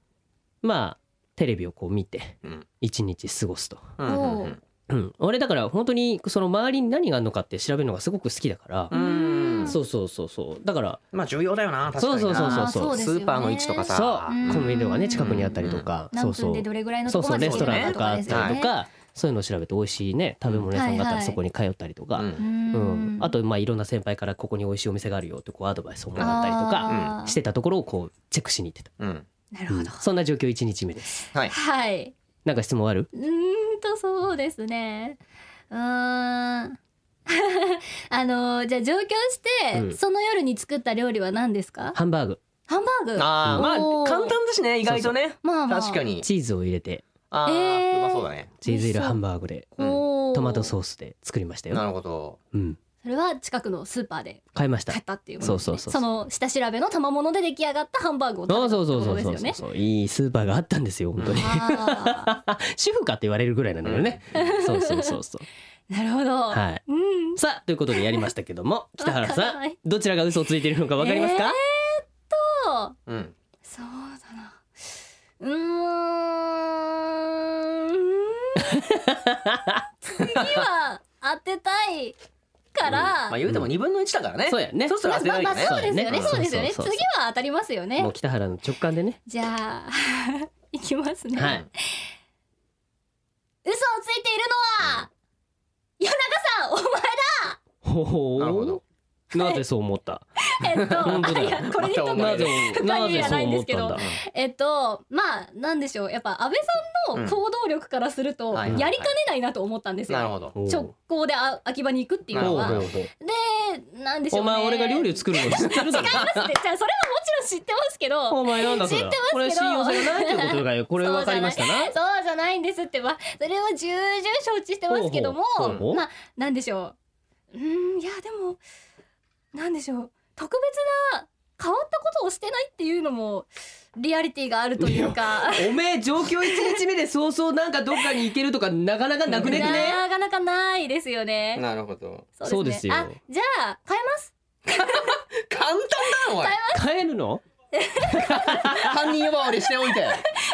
[SPEAKER 1] まあテレビをこう見て
[SPEAKER 2] うん
[SPEAKER 1] 一日過ごすと、
[SPEAKER 2] うんうんうん
[SPEAKER 1] うん、俺だから本当にその周りに何があるのかって調べるのがすごく好きだから、
[SPEAKER 2] うん
[SPEAKER 3] うん
[SPEAKER 1] そうそうそうそうだから
[SPEAKER 2] まあ重要だよな確か
[SPEAKER 1] そう
[SPEAKER 2] に
[SPEAKER 1] そうそうそう
[SPEAKER 2] な
[SPEAKER 1] そう
[SPEAKER 3] あそうですよね
[SPEAKER 2] スーパーの位置とかさ
[SPEAKER 1] そ
[SPEAKER 2] うん
[SPEAKER 1] うコンビニとかね近くにあったりとか、そ
[SPEAKER 3] 何
[SPEAKER 1] うそ
[SPEAKER 3] 分
[SPEAKER 1] う
[SPEAKER 3] でどれぐらいの
[SPEAKER 1] そ
[SPEAKER 3] と
[SPEAKER 1] う
[SPEAKER 3] こ
[SPEAKER 1] そう
[SPEAKER 3] まで
[SPEAKER 1] レ
[SPEAKER 3] 行
[SPEAKER 1] ス
[SPEAKER 3] け
[SPEAKER 1] ト
[SPEAKER 3] る
[SPEAKER 1] ラン
[SPEAKER 3] か
[SPEAKER 1] と
[SPEAKER 3] と
[SPEAKER 1] かあ
[SPEAKER 3] か
[SPEAKER 1] っ
[SPEAKER 3] ですよ
[SPEAKER 1] たり
[SPEAKER 3] ね
[SPEAKER 1] と。か、そういうのを調べて美味しいね食べ物屋さんがあった
[SPEAKER 3] はいは
[SPEAKER 1] ら
[SPEAKER 3] い
[SPEAKER 1] そこに通ったりとか、
[SPEAKER 2] う
[SPEAKER 1] うん
[SPEAKER 2] ん
[SPEAKER 3] うん
[SPEAKER 1] あとまあいろんな先輩からここに美味しいお店があるよってこうアドバイスをもらったりとか
[SPEAKER 3] あー
[SPEAKER 1] してたところをこうチェックしに行ってた、
[SPEAKER 2] うん
[SPEAKER 3] なるほど。
[SPEAKER 1] うんそんな状況1日目です
[SPEAKER 2] はい
[SPEAKER 3] はい。
[SPEAKER 1] なんか質問ある
[SPEAKER 3] うーんとそうですね。うーん。 あのじゃあ上京して、
[SPEAKER 1] うん
[SPEAKER 3] その夜に作った料理は何ですか？
[SPEAKER 1] ハンバーグ
[SPEAKER 3] ハンバーグ。
[SPEAKER 2] あーまあ
[SPEAKER 3] おー
[SPEAKER 2] 簡単だしね意外とね
[SPEAKER 3] まあまあ。
[SPEAKER 2] 確か。に
[SPEAKER 1] チーズを入れて
[SPEAKER 2] あ
[SPEAKER 3] え
[SPEAKER 2] ー
[SPEAKER 3] ー
[SPEAKER 2] うまそうだね
[SPEAKER 1] チーズ入りハンバーグで
[SPEAKER 3] おお。
[SPEAKER 1] トマト
[SPEAKER 3] ース。
[SPEAKER 1] ソースで作りましたよ、
[SPEAKER 2] なるほど
[SPEAKER 1] うん、
[SPEAKER 3] それは近くのスーパーで
[SPEAKER 1] 買いました
[SPEAKER 3] 買ったっていうことです、ね。
[SPEAKER 1] そうそうそう
[SPEAKER 3] その下調べの賜物で出来上がったハンバーグを食べた
[SPEAKER 1] あ
[SPEAKER 3] って
[SPEAKER 1] そうそう
[SPEAKER 3] こ
[SPEAKER 1] そ
[SPEAKER 3] と
[SPEAKER 1] う
[SPEAKER 3] です
[SPEAKER 1] そ
[SPEAKER 3] よ
[SPEAKER 1] うそうそ
[SPEAKER 3] ね。
[SPEAKER 1] ういいスーパーがあったんですよ本当に、
[SPEAKER 3] あ
[SPEAKER 1] 主婦かって言われるぐらいなんだよね、そうそうそうそう
[SPEAKER 3] あ、なるほど。
[SPEAKER 1] はい
[SPEAKER 3] うん。
[SPEAKER 1] さあということでやりましたけど も北原
[SPEAKER 3] わか
[SPEAKER 1] さ
[SPEAKER 3] らなんい
[SPEAKER 1] どちらが嘘をついているのかわかりますか、
[SPEAKER 3] そう
[SPEAKER 2] うん
[SPEAKER 3] そうだな。うーん。次は当てたいから。
[SPEAKER 2] まあ言うても二分の一だからね
[SPEAKER 1] そうやね
[SPEAKER 2] そしたら
[SPEAKER 3] まあ
[SPEAKER 2] 焦
[SPEAKER 3] ま
[SPEAKER 2] ら
[SPEAKER 3] あま
[SPEAKER 2] な
[SPEAKER 3] あ
[SPEAKER 2] いよ
[SPEAKER 3] そう
[SPEAKER 2] ね
[SPEAKER 3] ですよね、
[SPEAKER 1] うん
[SPEAKER 3] そうですよね。
[SPEAKER 1] そうそう
[SPEAKER 3] 次
[SPEAKER 1] そう
[SPEAKER 3] は当たりますよ
[SPEAKER 1] も
[SPEAKER 3] ね
[SPEAKER 1] う。北原の直感でね
[SPEAKER 3] じゃあ いきますね。
[SPEAKER 1] はい
[SPEAKER 3] 嘘をついているのは夜中さん、お前
[SPEAKER 1] ほ ほ
[SPEAKER 2] なるほど
[SPEAKER 1] なぜそう思った
[SPEAKER 3] えっと、
[SPEAKER 1] 本当だ
[SPEAKER 3] あいやこれで言っと
[SPEAKER 2] ま
[SPEAKER 1] な
[SPEAKER 2] た
[SPEAKER 1] ぜなぜそう思ったんだ
[SPEAKER 3] えっとまあなんでしょうやっぱ安倍さんの行動力からすると、
[SPEAKER 2] うんは
[SPEAKER 1] は
[SPEAKER 2] い
[SPEAKER 1] いはい
[SPEAKER 3] やりかねないなと思ったんですよ。
[SPEAKER 2] なるほど
[SPEAKER 1] ほう
[SPEAKER 3] 直行であ秋葉に行くっていうの
[SPEAKER 1] ほう
[SPEAKER 3] は
[SPEAKER 1] ほうほう
[SPEAKER 3] でなんでしょ
[SPEAKER 1] お
[SPEAKER 3] うね
[SPEAKER 1] 前俺が 料理
[SPEAKER 3] 違い
[SPEAKER 1] を作るの知ってるだろ
[SPEAKER 3] ますってじゃあそれはもちろん知ってますけどそう
[SPEAKER 1] お前なんだそれ
[SPEAKER 3] 知って
[SPEAKER 1] これ
[SPEAKER 3] ますけど
[SPEAKER 1] 信用されないっていうことがよこれ分かりましたな
[SPEAKER 3] じゃないんですってばそれは重々承知してますけども
[SPEAKER 1] ほうほうほうほう
[SPEAKER 3] まあなんでしょううーんいやでもなんでしょう特別な変わったことをしてないっていうのもリアリティがあるというか。
[SPEAKER 1] おめえ上京1日目で早々なんかどっかに行けるとかなかなかなくねくね
[SPEAKER 3] なかなかないですよね。
[SPEAKER 2] なるほど
[SPEAKER 1] そうですよ
[SPEAKER 3] あ、じゃあ変えます。
[SPEAKER 2] 簡単だなおい
[SPEAKER 1] 帰るの
[SPEAKER 2] 犯人呼ばわりしておいて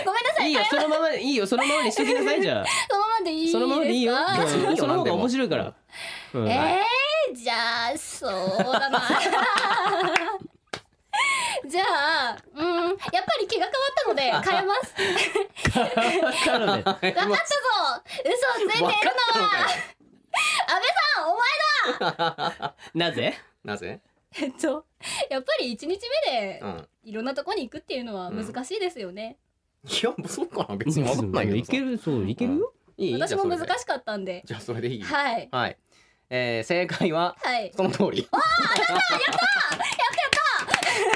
[SPEAKER 3] ごめんなさい。
[SPEAKER 1] いいよそのままいいよそのままにしときなさいじゃあ
[SPEAKER 3] そのままでいいですか。
[SPEAKER 1] そのままでいいよ
[SPEAKER 2] 別にいいよ
[SPEAKER 1] うんその方が面白いからうん
[SPEAKER 3] えー、じゃあそうだな。 じゃあ、うん、やっぱり気が変わったので変えます。
[SPEAKER 1] からね
[SPEAKER 3] 分かったぞ。嘘をついているの
[SPEAKER 2] わ
[SPEAKER 3] は
[SPEAKER 2] かったのかよ
[SPEAKER 3] あお前。
[SPEAKER 1] なぜ
[SPEAKER 2] なぜ
[SPEAKER 3] えっと、やっぱり一日目で
[SPEAKER 2] うん
[SPEAKER 3] いろんなとこに行くっていうのは難しいですよね。
[SPEAKER 2] いやもうそうかな別にわかんないけど
[SPEAKER 1] い
[SPEAKER 2] さ
[SPEAKER 1] けるそういけるよ
[SPEAKER 2] いいいい
[SPEAKER 3] 私も難
[SPEAKER 2] じゃあそれで
[SPEAKER 3] しかったんで。
[SPEAKER 2] じゃあそれでいい
[SPEAKER 3] はい
[SPEAKER 2] はいえー正解は
[SPEAKER 3] はい。
[SPEAKER 2] その通り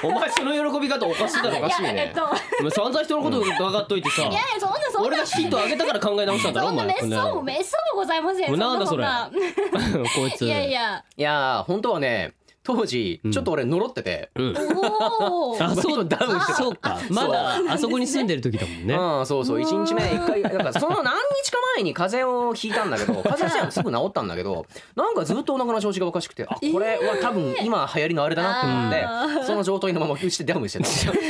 [SPEAKER 1] お前その喜び方おかしいだろ
[SPEAKER 2] おかしいね
[SPEAKER 3] やえっと、い
[SPEAKER 1] お前散々人のこと分かっといてさ
[SPEAKER 3] やいやそんなそん
[SPEAKER 1] 俺
[SPEAKER 3] な
[SPEAKER 1] がヒントあげたから考え直したんだろ
[SPEAKER 3] そ
[SPEAKER 1] お
[SPEAKER 3] んな
[SPEAKER 1] 前
[SPEAKER 3] 滅相も
[SPEAKER 1] こんな
[SPEAKER 3] 滅相もございません。
[SPEAKER 1] もうなんだ
[SPEAKER 3] そんなそんな
[SPEAKER 1] の こいつ
[SPEAKER 3] いやいや。
[SPEAKER 2] いやー本当はね当時
[SPEAKER 1] うん
[SPEAKER 2] ちょっと俺呪ってて、
[SPEAKER 1] うん
[SPEAKER 3] おお。
[SPEAKER 1] あ
[SPEAKER 2] バイ
[SPEAKER 1] そ
[SPEAKER 2] ト
[SPEAKER 1] う
[SPEAKER 2] ダウンしてた
[SPEAKER 1] そうかま
[SPEAKER 3] そう
[SPEAKER 1] だあそこに住んでる時だもんね
[SPEAKER 2] うんそうそう一日目一回なんかその何日か前に風邪をひいたんだけど風邪自体はすぐ治ったんだけどなんかずっとお腹の調子がおかしくてあこれは多分今流行りのあれだなと思
[SPEAKER 3] あ
[SPEAKER 2] って
[SPEAKER 3] ー
[SPEAKER 2] その状態のままうちでダウンしてた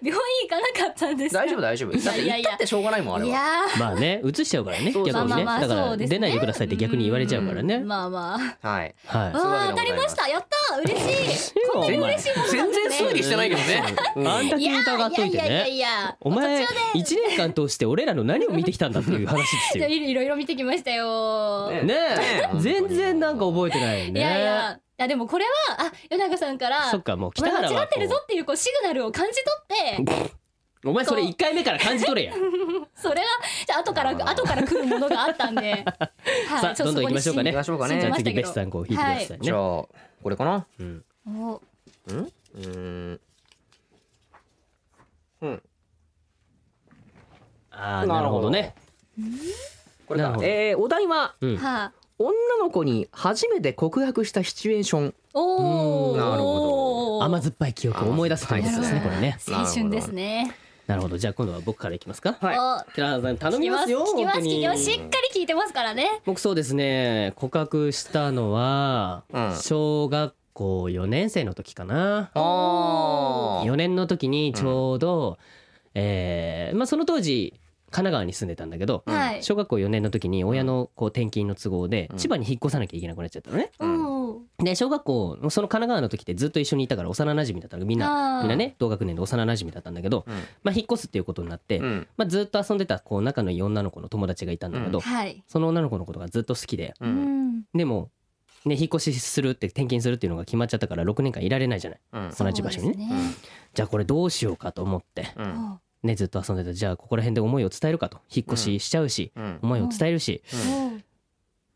[SPEAKER 3] 病院行かなかったんですか。
[SPEAKER 2] 大丈夫大丈夫だって言
[SPEAKER 3] いやいやいや
[SPEAKER 2] ったってしょうがないもんあれ
[SPEAKER 3] い
[SPEAKER 2] は
[SPEAKER 3] や
[SPEAKER 1] まあね移しちゃうからね
[SPEAKER 2] そう
[SPEAKER 1] 逆にね
[SPEAKER 3] まあまあまあ
[SPEAKER 1] だか
[SPEAKER 3] そ
[SPEAKER 1] ら
[SPEAKER 3] うですね
[SPEAKER 1] 出ないでくださいって逆に言われちゃうから
[SPEAKER 3] ー
[SPEAKER 1] ね
[SPEAKER 3] まあまあ。
[SPEAKER 2] はい
[SPEAKER 1] はい
[SPEAKER 2] そういうわ
[SPEAKER 3] わあ
[SPEAKER 2] けでございます
[SPEAKER 3] 当たりました。やったー。嬉 しい。こんなに
[SPEAKER 2] 全
[SPEAKER 3] 嬉しいものなん
[SPEAKER 2] 全
[SPEAKER 3] です
[SPEAKER 2] 然
[SPEAKER 3] ね。
[SPEAKER 2] 推理してないけどね、うん
[SPEAKER 1] あんだ
[SPEAKER 3] い
[SPEAKER 1] け
[SPEAKER 3] や
[SPEAKER 1] 疑っといて
[SPEAKER 3] いやいやいや
[SPEAKER 1] ね
[SPEAKER 3] いや。
[SPEAKER 1] お前
[SPEAKER 3] 途中
[SPEAKER 1] 一年間通して俺らの何を見てきたんだっていう話です
[SPEAKER 3] で
[SPEAKER 1] よね
[SPEAKER 3] いろいろ見てきましたよ。
[SPEAKER 2] ね
[SPEAKER 1] え
[SPEAKER 2] ね
[SPEAKER 1] 全然なんか覚えてないよ
[SPEAKER 3] いやい
[SPEAKER 1] ね
[SPEAKER 3] や。いやでもこれはあ与永さんから。
[SPEAKER 1] そっかもう
[SPEAKER 3] お
[SPEAKER 1] 北
[SPEAKER 3] 前
[SPEAKER 1] 原
[SPEAKER 3] 間違
[SPEAKER 1] は
[SPEAKER 3] ってるぞっていうこうシグナルを感じ取 って
[SPEAKER 1] お前それ一回目から感じ取れや
[SPEAKER 3] それがじゃあ後から後から来るものがあったん で、はい
[SPEAKER 1] さあ
[SPEAKER 3] ちょ
[SPEAKER 1] どんどん行きましょうかね
[SPEAKER 2] 行きましょうか
[SPEAKER 3] 信
[SPEAKER 1] じ
[SPEAKER 3] じ
[SPEAKER 1] ゃ
[SPEAKER 2] ね
[SPEAKER 1] あ
[SPEAKER 3] ました
[SPEAKER 1] 次
[SPEAKER 3] け
[SPEAKER 1] ベ
[SPEAKER 3] ど
[SPEAKER 1] スさんこう引いてください
[SPEAKER 2] じゃあ
[SPEAKER 1] ね
[SPEAKER 2] これかな
[SPEAKER 1] うん
[SPEAKER 3] お
[SPEAKER 2] うん
[SPEAKER 1] ああなるほどね
[SPEAKER 2] これ
[SPEAKER 1] なる
[SPEAKER 2] か
[SPEAKER 1] ほど
[SPEAKER 2] えーお題は
[SPEAKER 1] うん
[SPEAKER 3] はあ、
[SPEAKER 2] 女の子に初めて告白したシチュエーション
[SPEAKER 3] お
[SPEAKER 1] う
[SPEAKER 3] お
[SPEAKER 1] ん
[SPEAKER 2] なるほ
[SPEAKER 1] 甘酸っぱい記憶を思い出すということですね
[SPEAKER 2] 甘
[SPEAKER 1] これね
[SPEAKER 3] 青春ですね
[SPEAKER 1] なるほどじゃあ今度は僕からいきますか
[SPEAKER 2] はい
[SPEAKER 3] お
[SPEAKER 1] 北原さん頼
[SPEAKER 3] 聞
[SPEAKER 1] み
[SPEAKER 3] きま
[SPEAKER 1] ますすよ
[SPEAKER 3] 聞きま
[SPEAKER 1] 本
[SPEAKER 3] す
[SPEAKER 1] 当に
[SPEAKER 3] 聞きますしっかり聞いてますからね
[SPEAKER 1] 僕そうですね告白したのは
[SPEAKER 2] うん
[SPEAKER 1] 小学校4年生の時かな
[SPEAKER 2] あー
[SPEAKER 1] 4年の時にちょうど、えーまあ、その当時神奈川に住んでたんだけど、
[SPEAKER 2] うん
[SPEAKER 3] はい。
[SPEAKER 1] 小学校4年の時に親のこう転勤の都合で
[SPEAKER 2] うん
[SPEAKER 1] 千葉に引っ越さなきゃいけなくなっちゃったのね。
[SPEAKER 3] う。
[SPEAKER 2] うん
[SPEAKER 1] で小学校のその神奈川の時ってずっと一緒にいたから幼馴染だったのみんな
[SPEAKER 3] な
[SPEAKER 1] みんな。ね同学年で幼馴染だったんだけど、
[SPEAKER 2] うん
[SPEAKER 1] まあ、引っ越すっていうことになって、
[SPEAKER 2] うん
[SPEAKER 1] まあ、ずっと遊んでたこう仲のいい女の子の友達がいたんだけど、
[SPEAKER 3] はい。
[SPEAKER 1] その女の子のことがずっと好きで
[SPEAKER 2] う
[SPEAKER 3] うんん。
[SPEAKER 1] でも、ね、引っ越しするって転勤するっていうのが決まっちゃったから6年間いられないじゃない
[SPEAKER 2] うん
[SPEAKER 1] 同じ場所に
[SPEAKER 3] そうで
[SPEAKER 1] ね
[SPEAKER 3] すね。
[SPEAKER 1] じゃあこれどうしようかと思って、
[SPEAKER 2] うんうん
[SPEAKER 3] お
[SPEAKER 1] ね、ずっと遊んでたじゃあここら辺で思いを伝えるかと引っ越ししちゃうし、
[SPEAKER 2] うん
[SPEAKER 1] 思いを伝えるし、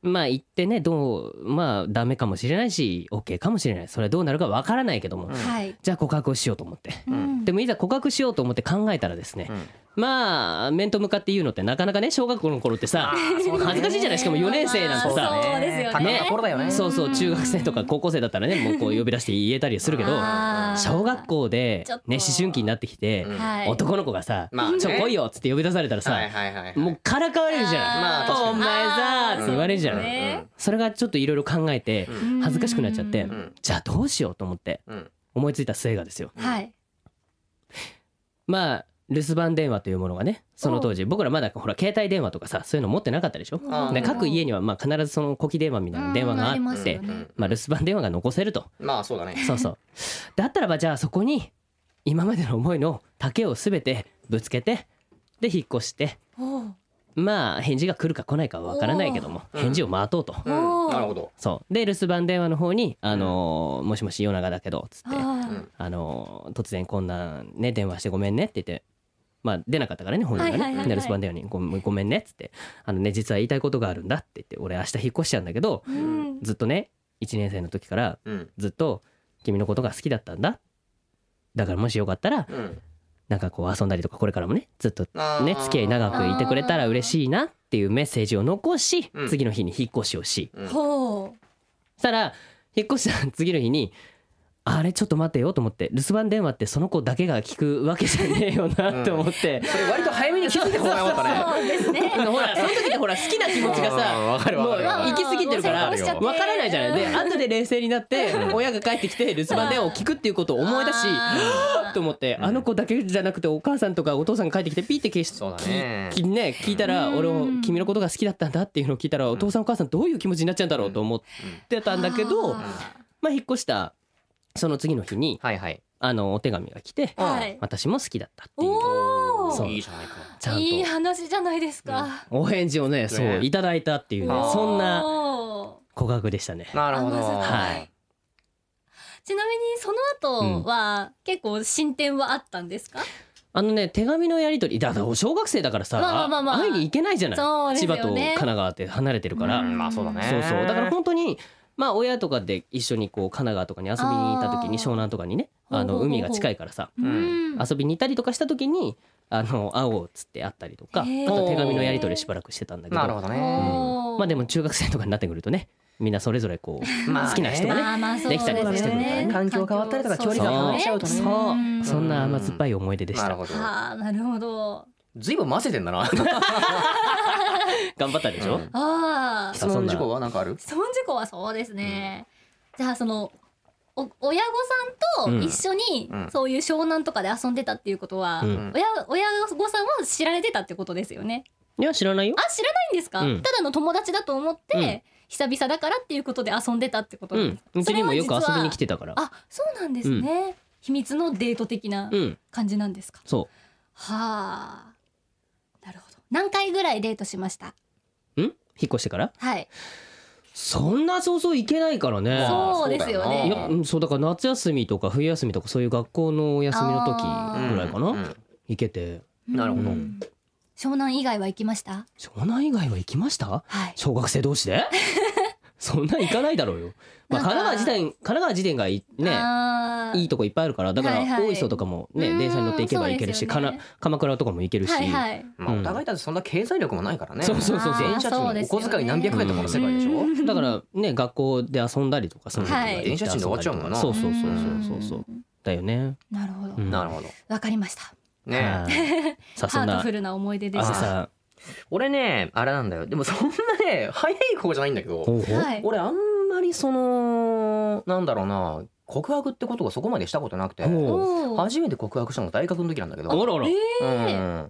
[SPEAKER 3] う
[SPEAKER 1] まあ行ってねどうまあダメかもしれないし OK かもしれないそれはどうなるかわからないけども、
[SPEAKER 2] うん
[SPEAKER 3] はい。
[SPEAKER 1] じゃあ告白をしようと思って。
[SPEAKER 2] うん
[SPEAKER 1] でもいざ告白しようと思って考えたらですね、
[SPEAKER 2] うん
[SPEAKER 1] まあ面と向かって言うのってなかなかね小学校の頃ってさ恥ずかしいじゃないしかも4年生なんて
[SPEAKER 3] まあまあ
[SPEAKER 1] さ
[SPEAKER 3] そうですよ
[SPEAKER 2] 高
[SPEAKER 3] ね。
[SPEAKER 2] い頃だよね
[SPEAKER 1] そうそううん中学生とか高校生だったらねもうこう呼び出して言えたりするけど
[SPEAKER 3] あー
[SPEAKER 1] 小学校で
[SPEAKER 3] ちょっと
[SPEAKER 1] ね思春期になってきて
[SPEAKER 2] うん
[SPEAKER 3] はい。
[SPEAKER 1] 男の子がさ
[SPEAKER 2] ま
[SPEAKER 1] 「
[SPEAKER 2] あね
[SPEAKER 1] ちょ来いよ」っつって呼び出されたらさ
[SPEAKER 2] はいはいはいはい
[SPEAKER 1] もうからかわれるじゃん
[SPEAKER 2] まあ確かに
[SPEAKER 1] お前さ
[SPEAKER 3] あー
[SPEAKER 1] って言われるじゃ
[SPEAKER 3] そ
[SPEAKER 1] ん
[SPEAKER 3] うですね
[SPEAKER 1] それがちょっといろいろ考えて
[SPEAKER 2] うん
[SPEAKER 1] 恥ずかしくなっちゃって
[SPEAKER 3] うん
[SPEAKER 1] じゃあどうしようと思って
[SPEAKER 2] うん
[SPEAKER 1] 思いついた末がですよ
[SPEAKER 3] はい。
[SPEAKER 1] まあ留守番電話というものがねその当時僕らまだほら携帯電話とかさそういうの持ってなかったでしょ
[SPEAKER 2] あー
[SPEAKER 1] で
[SPEAKER 2] ね
[SPEAKER 1] 各家
[SPEAKER 3] に
[SPEAKER 1] にはまあ必ずその小機電話みたいな電話があ
[SPEAKER 3] うんありま
[SPEAKER 1] っ
[SPEAKER 3] す
[SPEAKER 1] て
[SPEAKER 3] よね
[SPEAKER 1] まあ留守番電話が残せると
[SPEAKER 2] まあそうだね
[SPEAKER 1] そうそうだったらばじゃあそこに今までの思いの丈を全てぶつけてで引っ越してまあ返事が来るか来ないかは分からないけども
[SPEAKER 2] おー
[SPEAKER 1] 返事を待とうと。
[SPEAKER 2] うん
[SPEAKER 3] おー
[SPEAKER 2] なるほど
[SPEAKER 1] そうで留守番電話の方に「あのーもしもし夜長だけど」っつって
[SPEAKER 3] あ
[SPEAKER 1] あの突然こんなね電話してごめんねって言って。まあ、出なかったからね本人がね、
[SPEAKER 3] はいはいはいはい
[SPEAKER 1] で留守番電話にごめん「ごめんね」っつって「あのね実は言いたいことがあるんだ」って言って「俺明日引っ越しちゃうんだけど
[SPEAKER 3] ーうん
[SPEAKER 1] ずっとね1年生の時から
[SPEAKER 2] うん
[SPEAKER 1] ずっと君のことが好きだったんだだからもしよかったら
[SPEAKER 2] うん
[SPEAKER 1] なんかこう遊んだりとかこれからもねずっと
[SPEAKER 2] あー
[SPEAKER 1] ね付き合い長くいてくれたら嬉しいなっていうメッセージを残し
[SPEAKER 2] うん
[SPEAKER 1] 次の日に引っ越しをし
[SPEAKER 2] うん
[SPEAKER 3] ほ
[SPEAKER 1] したら引っ越した次の日に「あれちょっと待てよ」と思って留守番電話ってその子だけが聞くわけじゃねえよなと思って、
[SPEAKER 2] それ割と早めに気づいてもらおうか
[SPEAKER 3] う。
[SPEAKER 2] ね
[SPEAKER 3] そうですね。
[SPEAKER 1] ほらその時ってほら好きな気持ちが
[SPEAKER 2] うん
[SPEAKER 1] さ
[SPEAKER 2] わかるわ
[SPEAKER 1] も
[SPEAKER 2] か
[SPEAKER 1] う
[SPEAKER 2] るわかる
[SPEAKER 1] 行き過ぎてるから
[SPEAKER 2] も
[SPEAKER 1] わ
[SPEAKER 2] う成功し
[SPEAKER 1] か
[SPEAKER 2] ちゃって
[SPEAKER 1] らないじゃないで後で冷静になって親が帰ってきて留守番電話を聞くっていうことを思い出し
[SPEAKER 3] あー
[SPEAKER 1] と思って
[SPEAKER 2] ん
[SPEAKER 1] あの子だけじゃなくてお母さんとかお父さんが帰ってきてピーって消して
[SPEAKER 2] そうだね
[SPEAKER 1] ききね聞いたら
[SPEAKER 3] うん
[SPEAKER 1] 俺も君のことが好きだったんだっていうのを聞いたらお父さんお母さんどういう気持ちになっちゃうんだろうと思ってたんだけど。まあ、引っ越したその次の日に
[SPEAKER 2] はいはい
[SPEAKER 1] あのお手紙が来て
[SPEAKER 3] はい。
[SPEAKER 1] 私も好きだったっていう
[SPEAKER 3] お
[SPEAKER 1] そう
[SPEAKER 3] お。
[SPEAKER 2] いいじゃないか
[SPEAKER 1] ちゃんと
[SPEAKER 3] いい話じゃないですか。
[SPEAKER 1] お返事をねそういただいたっていうね
[SPEAKER 2] あー
[SPEAKER 1] そんな
[SPEAKER 3] おー
[SPEAKER 1] 告白でしたね
[SPEAKER 2] なるほど
[SPEAKER 3] 甘酸っぱ
[SPEAKER 1] はい
[SPEAKER 3] いちなみにその後は結構進展はあったんですか？
[SPEAKER 1] あのね手紙のやり取りだから小学生だからさ
[SPEAKER 3] まあまあまあまあ
[SPEAKER 1] 会いに行けないじゃない
[SPEAKER 3] そうです
[SPEAKER 1] 千
[SPEAKER 3] よ
[SPEAKER 1] 葉と
[SPEAKER 3] ね
[SPEAKER 1] 神奈川って離れてるから
[SPEAKER 2] う
[SPEAKER 1] そ
[SPEAKER 2] んまあそうだね
[SPEAKER 1] うそうだから本当にまあ親とかで一緒にこう神奈川とかに遊びに行った時に
[SPEAKER 3] あー
[SPEAKER 1] 湘南とかにねあ
[SPEAKER 3] ほう
[SPEAKER 1] の
[SPEAKER 3] ほうほうほう
[SPEAKER 1] 海が近いからさ
[SPEAKER 2] ん
[SPEAKER 3] うん
[SPEAKER 1] 遊びに行ったりとかした時にあの会おうっつって会ったりとかあ
[SPEAKER 3] へー
[SPEAKER 1] と手紙のやり取りしばらくしてたんだけ
[SPEAKER 2] なる
[SPEAKER 1] ど
[SPEAKER 2] ほど
[SPEAKER 1] う
[SPEAKER 2] ね
[SPEAKER 1] んまあでも中学生とかになってくるとねみんなそれぞれこう
[SPEAKER 2] まあね
[SPEAKER 1] 好きな人がね
[SPEAKER 3] まあまあそうですよ
[SPEAKER 1] できたりしてくるから
[SPEAKER 3] ね。
[SPEAKER 1] ね
[SPEAKER 2] 環境変わったりとか距離が変わっちゃうとね
[SPEAKER 3] そうん
[SPEAKER 1] そんな甘酸っぱい思い出でし
[SPEAKER 2] な
[SPEAKER 1] た
[SPEAKER 2] るほど
[SPEAKER 3] はあなるほど。
[SPEAKER 2] ずいぶん混ぜてんだな
[SPEAKER 1] 頑張ったでしょ、
[SPEAKER 2] うん
[SPEAKER 3] ああ
[SPEAKER 2] 質問事項はなんかある
[SPEAKER 3] 質問事項はそうですね。じゃあそのお親御さんと一緒に
[SPEAKER 2] うん
[SPEAKER 3] そういう湘南とかで遊んでたっていうことは、
[SPEAKER 1] うん
[SPEAKER 2] ん
[SPEAKER 3] 親親御さんは知られてたってことですよね。
[SPEAKER 1] いや知らないよ
[SPEAKER 3] あ知らないんですか、
[SPEAKER 1] うん
[SPEAKER 3] ただの友達だと思って、
[SPEAKER 1] うん
[SPEAKER 3] 久々だからっていうことで遊んでたってこと
[SPEAKER 1] う
[SPEAKER 3] なん
[SPEAKER 1] ん
[SPEAKER 3] ですか、
[SPEAKER 1] うちにもよく遊びに来
[SPEAKER 3] て
[SPEAKER 1] てたから
[SPEAKER 3] あそうなんですね、秘密のデート的な
[SPEAKER 1] うん
[SPEAKER 3] 感じなんですか、
[SPEAKER 1] そ
[SPEAKER 3] はあなるほど何回ぐらいデートしました
[SPEAKER 1] ううん引っ越してから
[SPEAKER 3] はい
[SPEAKER 1] そんなそうそう行けないからね
[SPEAKER 2] あー
[SPEAKER 3] そうですよ
[SPEAKER 1] い
[SPEAKER 2] そ
[SPEAKER 3] ね
[SPEAKER 2] うだ
[SPEAKER 1] や
[SPEAKER 2] よ
[SPEAKER 1] う
[SPEAKER 2] なん
[SPEAKER 1] そうだから夏休みとか冬休みとかそういう学校のお休みの時
[SPEAKER 3] あー
[SPEAKER 1] ぐらいか
[SPEAKER 2] うん
[SPEAKER 1] な行けて
[SPEAKER 2] なるほど
[SPEAKER 3] うん湘南以外は行きました
[SPEAKER 1] 湘南以外は行きました
[SPEAKER 3] はい
[SPEAKER 1] 小学生同士 でそんな行かないだろうよ、まあ、
[SPEAKER 3] なん
[SPEAKER 1] 神奈
[SPEAKER 3] か
[SPEAKER 1] 川自体神奈川自体がいね
[SPEAKER 3] あー
[SPEAKER 1] いいとこいっぱいあるからだか
[SPEAKER 3] はい
[SPEAKER 1] ら
[SPEAKER 3] はい
[SPEAKER 1] 大磯とかもね、
[SPEAKER 3] うん
[SPEAKER 1] 電車に乗って行けば行ける
[SPEAKER 3] そ
[SPEAKER 1] し、
[SPEAKER 3] うですよ
[SPEAKER 1] か
[SPEAKER 3] ね
[SPEAKER 1] な鎌倉とかも行けるし、
[SPEAKER 3] はいはい
[SPEAKER 2] まあお互いだってそんな経済力もないからね
[SPEAKER 1] そうそうそうそう
[SPEAKER 2] 電車賃お小遣い何百円とかの世界でしょ
[SPEAKER 1] だからね学校で遊んだりとかその時は
[SPEAKER 3] はい
[SPEAKER 1] 行って遊んだりとか
[SPEAKER 2] 電車賃で終わっちゃうもんな
[SPEAKER 1] そうそうそうそうそうそう
[SPEAKER 3] うん
[SPEAKER 1] だよね、
[SPEAKER 3] なるほど
[SPEAKER 1] うん
[SPEAKER 2] なるほど
[SPEAKER 3] わかりました
[SPEAKER 2] ね
[SPEAKER 1] はいさあそ
[SPEAKER 3] ハ
[SPEAKER 1] ん
[SPEAKER 3] ート
[SPEAKER 1] な
[SPEAKER 3] フルな思い出で
[SPEAKER 1] あ
[SPEAKER 3] し
[SPEAKER 1] さ
[SPEAKER 3] た
[SPEAKER 1] さ
[SPEAKER 2] 俺ねあれなんだよでもそんなね早い方じゃないんだけど
[SPEAKER 1] ほうほう
[SPEAKER 3] はい
[SPEAKER 2] 俺あんまりそのなんだろうな告白ってことがそこまでしたことなくて
[SPEAKER 1] ほう
[SPEAKER 3] おー
[SPEAKER 2] 初めて告白したのが大学の時なんだけど
[SPEAKER 1] あらあら
[SPEAKER 2] うん
[SPEAKER 3] ええ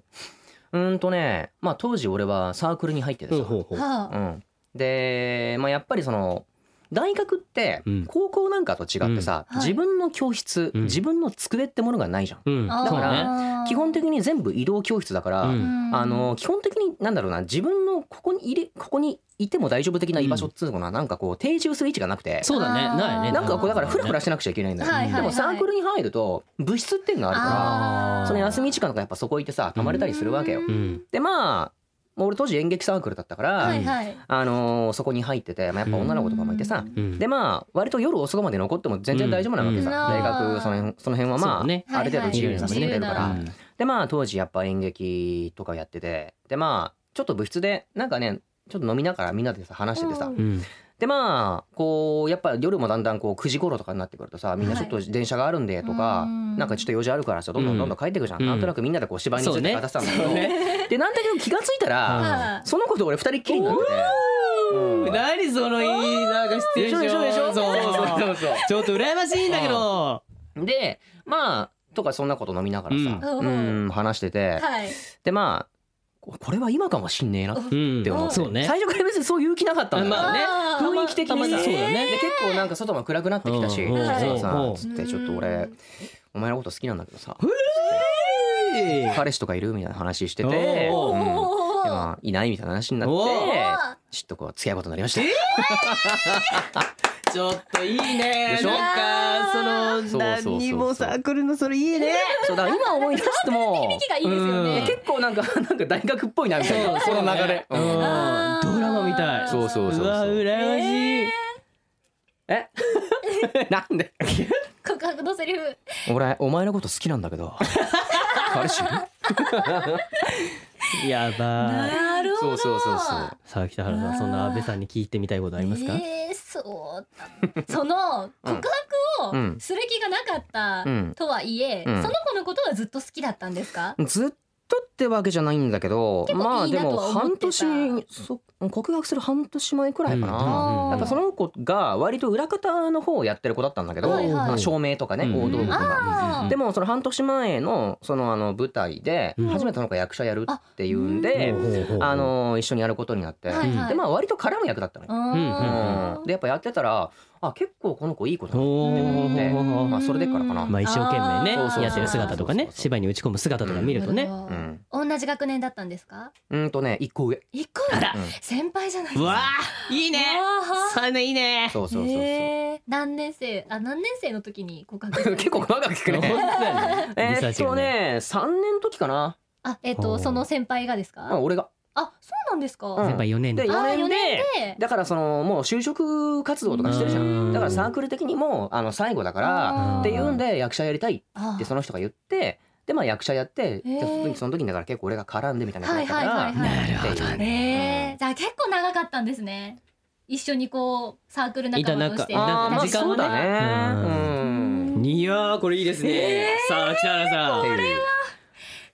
[SPEAKER 2] うーんとねまあ当時俺はサークルに入っててさ、
[SPEAKER 1] ほうほう
[SPEAKER 3] は
[SPEAKER 2] う
[SPEAKER 3] あ、
[SPEAKER 2] ん、で、まあ、やっぱりその大学って
[SPEAKER 1] うん
[SPEAKER 2] 高校なんかと違ってさ、
[SPEAKER 3] うんはい
[SPEAKER 2] 自分の教室、
[SPEAKER 1] うん
[SPEAKER 2] 自分の机ってものがないじゃん。
[SPEAKER 1] うん
[SPEAKER 3] あー
[SPEAKER 2] だから基本的
[SPEAKER 3] に、
[SPEAKER 2] に全部移動教室だから、
[SPEAKER 1] うん
[SPEAKER 2] あの基本的になんだろうな自分のここにいれここにいても大丈夫的な居場所っつうのかな、なんかこう定住する位置がなくて
[SPEAKER 1] そうだね
[SPEAKER 3] あー
[SPEAKER 1] ないね
[SPEAKER 2] なんかこうだからフラフラ
[SPEAKER 1] し
[SPEAKER 2] してなくちゃいけないんだよ、
[SPEAKER 3] はいはいはい
[SPEAKER 2] でもサークルに入ると部室っていうのがあるか
[SPEAKER 3] あ
[SPEAKER 2] ら
[SPEAKER 3] ー
[SPEAKER 2] その休み時間とかやっぱそこ行ってさ泊まれたりするわけよ。
[SPEAKER 1] うん
[SPEAKER 2] でまあもう俺当時演劇サークルだったから、
[SPEAKER 3] はいはい、
[SPEAKER 2] あのーそこに入ってて、まあ、やっぱ女の子とかもいてさ、
[SPEAKER 3] うん
[SPEAKER 1] うん
[SPEAKER 2] でまあ割と夜遅くまで残っても全然大丈夫なわけさ、
[SPEAKER 3] うん
[SPEAKER 2] 大学その辺その辺はま
[SPEAKER 1] そ
[SPEAKER 2] あ、
[SPEAKER 1] うね
[SPEAKER 2] ある程度自由にさせてくれるから、
[SPEAKER 3] はいはい
[SPEAKER 1] 自由な
[SPEAKER 2] でまあ当時やっぱ演劇とかやっててでまあちょっと部室でなんかねちょっと飲みながらみんなでさ話しててさ、
[SPEAKER 3] う
[SPEAKER 1] う
[SPEAKER 3] ん
[SPEAKER 1] ん
[SPEAKER 2] でまあこうやっぱ夜もだんだんこう9時頃とかになってくるとさみんなちょっと電車があるんでとか、
[SPEAKER 3] うん
[SPEAKER 2] なんかちょっと用事あるからさどんどんどんどん帰ってくじゃん、
[SPEAKER 1] うん
[SPEAKER 2] なんとなくみんなでこう芝居について語ってたんだけど、
[SPEAKER 1] そう
[SPEAKER 2] でなんだけど気がついたら、
[SPEAKER 3] は
[SPEAKER 2] その子と俺二人っきりになってて。うん
[SPEAKER 6] 何そのいいなんかシチュエー
[SPEAKER 2] でし
[SPEAKER 6] シ
[SPEAKER 2] ょ
[SPEAKER 6] ョン
[SPEAKER 2] でしょ
[SPEAKER 6] そ
[SPEAKER 2] でしょ
[SPEAKER 6] うそうそう
[SPEAKER 2] うそう
[SPEAKER 6] ちょっと羨ましいんだけど
[SPEAKER 2] でまあとかそんなこと飲みながらさ、う
[SPEAKER 3] う
[SPEAKER 2] んん、話して
[SPEAKER 3] あ
[SPEAKER 2] て、
[SPEAKER 3] はい、
[SPEAKER 2] でまあここれは今かもしんねえなっ
[SPEAKER 1] うん
[SPEAKER 2] て思って、
[SPEAKER 1] そうね
[SPEAKER 2] 最初から別にそういう気なかったんだよ、
[SPEAKER 1] まあね
[SPEAKER 3] あー
[SPEAKER 2] 雰囲気的
[SPEAKER 1] たま
[SPEAKER 2] に
[SPEAKER 1] に
[SPEAKER 2] さ
[SPEAKER 1] そうだね
[SPEAKER 2] で結構なんか外も暗くなってきたし、
[SPEAKER 1] うん
[SPEAKER 3] うん
[SPEAKER 2] そ
[SPEAKER 3] うん
[SPEAKER 2] うさつってちょっと俺お前のこと好きなんだけどさ彼氏とかいるみたいな話してて、
[SPEAKER 6] お
[SPEAKER 2] うん
[SPEAKER 3] お
[SPEAKER 2] で
[SPEAKER 3] ー
[SPEAKER 2] まあいないみたいな話になって
[SPEAKER 6] お
[SPEAKER 2] ちょっとこう付き合うことになりました。
[SPEAKER 6] ちょっといいね
[SPEAKER 2] でしょ
[SPEAKER 6] なんかその
[SPEAKER 2] そうそうそうそう
[SPEAKER 6] 何にもサークルのそれいいね
[SPEAKER 2] そうだから今思い出しても
[SPEAKER 3] 雰囲気がいいですよね
[SPEAKER 2] うん結構なんかなんか大学っぽいなみたいな
[SPEAKER 6] そうそうね
[SPEAKER 2] うん
[SPEAKER 6] うん
[SPEAKER 3] あー
[SPEAKER 6] ドラマみたい
[SPEAKER 2] そうそうそうそう
[SPEAKER 6] うわ羨ましい
[SPEAKER 2] え なんで
[SPEAKER 3] 告白のセリフ
[SPEAKER 2] 俺お前のこと好きなんだけど彼氏いる
[SPEAKER 1] やばい
[SPEAKER 3] なる
[SPEAKER 2] そうそうそうそう
[SPEAKER 1] さあ北原さんそんな安倍さんに聞いてみたいことありますか
[SPEAKER 3] えー、そうだその告
[SPEAKER 2] う
[SPEAKER 3] 白を
[SPEAKER 2] ん
[SPEAKER 3] する気がなかった
[SPEAKER 2] うん
[SPEAKER 3] とはいえ、
[SPEAKER 2] うん
[SPEAKER 3] その子のことはずっと好きだったんですか、
[SPEAKER 2] ずっとってわけじゃないんだけど
[SPEAKER 3] 結構
[SPEAKER 2] まあ
[SPEAKER 3] いいな
[SPEAKER 2] で
[SPEAKER 3] とは
[SPEAKER 2] も
[SPEAKER 3] 思ってた
[SPEAKER 2] 半年そ告白する半年前くらいか
[SPEAKER 1] うん
[SPEAKER 2] な、
[SPEAKER 3] うん
[SPEAKER 2] やっぱその子が割と裏方の方をやってる子だったんだけど、
[SPEAKER 3] はいはい
[SPEAKER 2] まあ照明とかね、
[SPEAKER 1] うん
[SPEAKER 2] 大道具とか、
[SPEAKER 3] あー
[SPEAKER 2] でもその半年前のそのあの舞台で
[SPEAKER 1] うん
[SPEAKER 2] 初めてその子が役者やるっていうんで、あの一緒にやることになって、
[SPEAKER 3] はいはい
[SPEAKER 2] でまあ割と絡む役だったのよ。
[SPEAKER 3] あー
[SPEAKER 2] うんでやっぱやってたらあ結構この子いい子だな
[SPEAKER 1] お
[SPEAKER 2] でまあそれでからかな。
[SPEAKER 1] まあ一生懸
[SPEAKER 3] あ
[SPEAKER 1] 命
[SPEAKER 2] ー
[SPEAKER 1] ねやってる姿とかね
[SPEAKER 2] そうそうそうそう
[SPEAKER 1] 芝居に打ち込む姿とか見るとね
[SPEAKER 3] な
[SPEAKER 2] う
[SPEAKER 3] る
[SPEAKER 2] ん、
[SPEAKER 3] ほど同じ学年だったんですか
[SPEAKER 2] うんとね一個上。
[SPEAKER 3] 一個
[SPEAKER 2] う
[SPEAKER 3] 上
[SPEAKER 2] ん
[SPEAKER 3] 先輩じゃないです
[SPEAKER 6] う
[SPEAKER 3] か
[SPEAKER 6] わーいいね
[SPEAKER 3] あ
[SPEAKER 6] そんないいね
[SPEAKER 2] そう
[SPEAKER 3] ー
[SPEAKER 2] そうそうそう。
[SPEAKER 3] えー何年生あ何年生の時に告白したんです
[SPEAKER 2] 結
[SPEAKER 3] か
[SPEAKER 2] 構細かく聞
[SPEAKER 1] 本
[SPEAKER 2] く
[SPEAKER 1] 当
[SPEAKER 2] ね。
[SPEAKER 1] だよね
[SPEAKER 2] え
[SPEAKER 1] リサ
[SPEAKER 2] ー
[SPEAKER 1] ー
[SPEAKER 2] っ
[SPEAKER 1] チ
[SPEAKER 2] と
[SPEAKER 1] がね
[SPEAKER 2] ね三年の時かな。
[SPEAKER 3] あえっ、
[SPEAKER 1] ほ
[SPEAKER 3] と
[SPEAKER 1] う
[SPEAKER 3] その先輩がです
[SPEAKER 2] うん
[SPEAKER 3] か
[SPEAKER 2] 俺が。
[SPEAKER 3] あそうなんですか、
[SPEAKER 2] うん
[SPEAKER 1] 先輩4年
[SPEAKER 2] で
[SPEAKER 3] あー
[SPEAKER 2] 4年で。
[SPEAKER 3] で
[SPEAKER 2] だからそのもう就職活動とかしてるじゃ
[SPEAKER 1] うんん
[SPEAKER 2] だからサークル的にもうあの最後だから
[SPEAKER 3] あー
[SPEAKER 2] っていうんで役者やりたい
[SPEAKER 3] あ
[SPEAKER 2] って
[SPEAKER 3] ー
[SPEAKER 2] その人が言ってでまあ役者やって
[SPEAKER 3] へー
[SPEAKER 2] でその時その時にだから結構俺が絡んでみたいな感じだった
[SPEAKER 3] はいはいはいはい
[SPEAKER 2] からっていう
[SPEAKER 3] えー、じゃあ結構長かったんですね一緒にこうサークル仲間として
[SPEAKER 1] いた仲
[SPEAKER 2] あーまあ
[SPEAKER 1] 時間
[SPEAKER 2] そ
[SPEAKER 1] は
[SPEAKER 2] うだね
[SPEAKER 1] う
[SPEAKER 2] うん
[SPEAKER 1] いやーこれいいですねさあ北原さん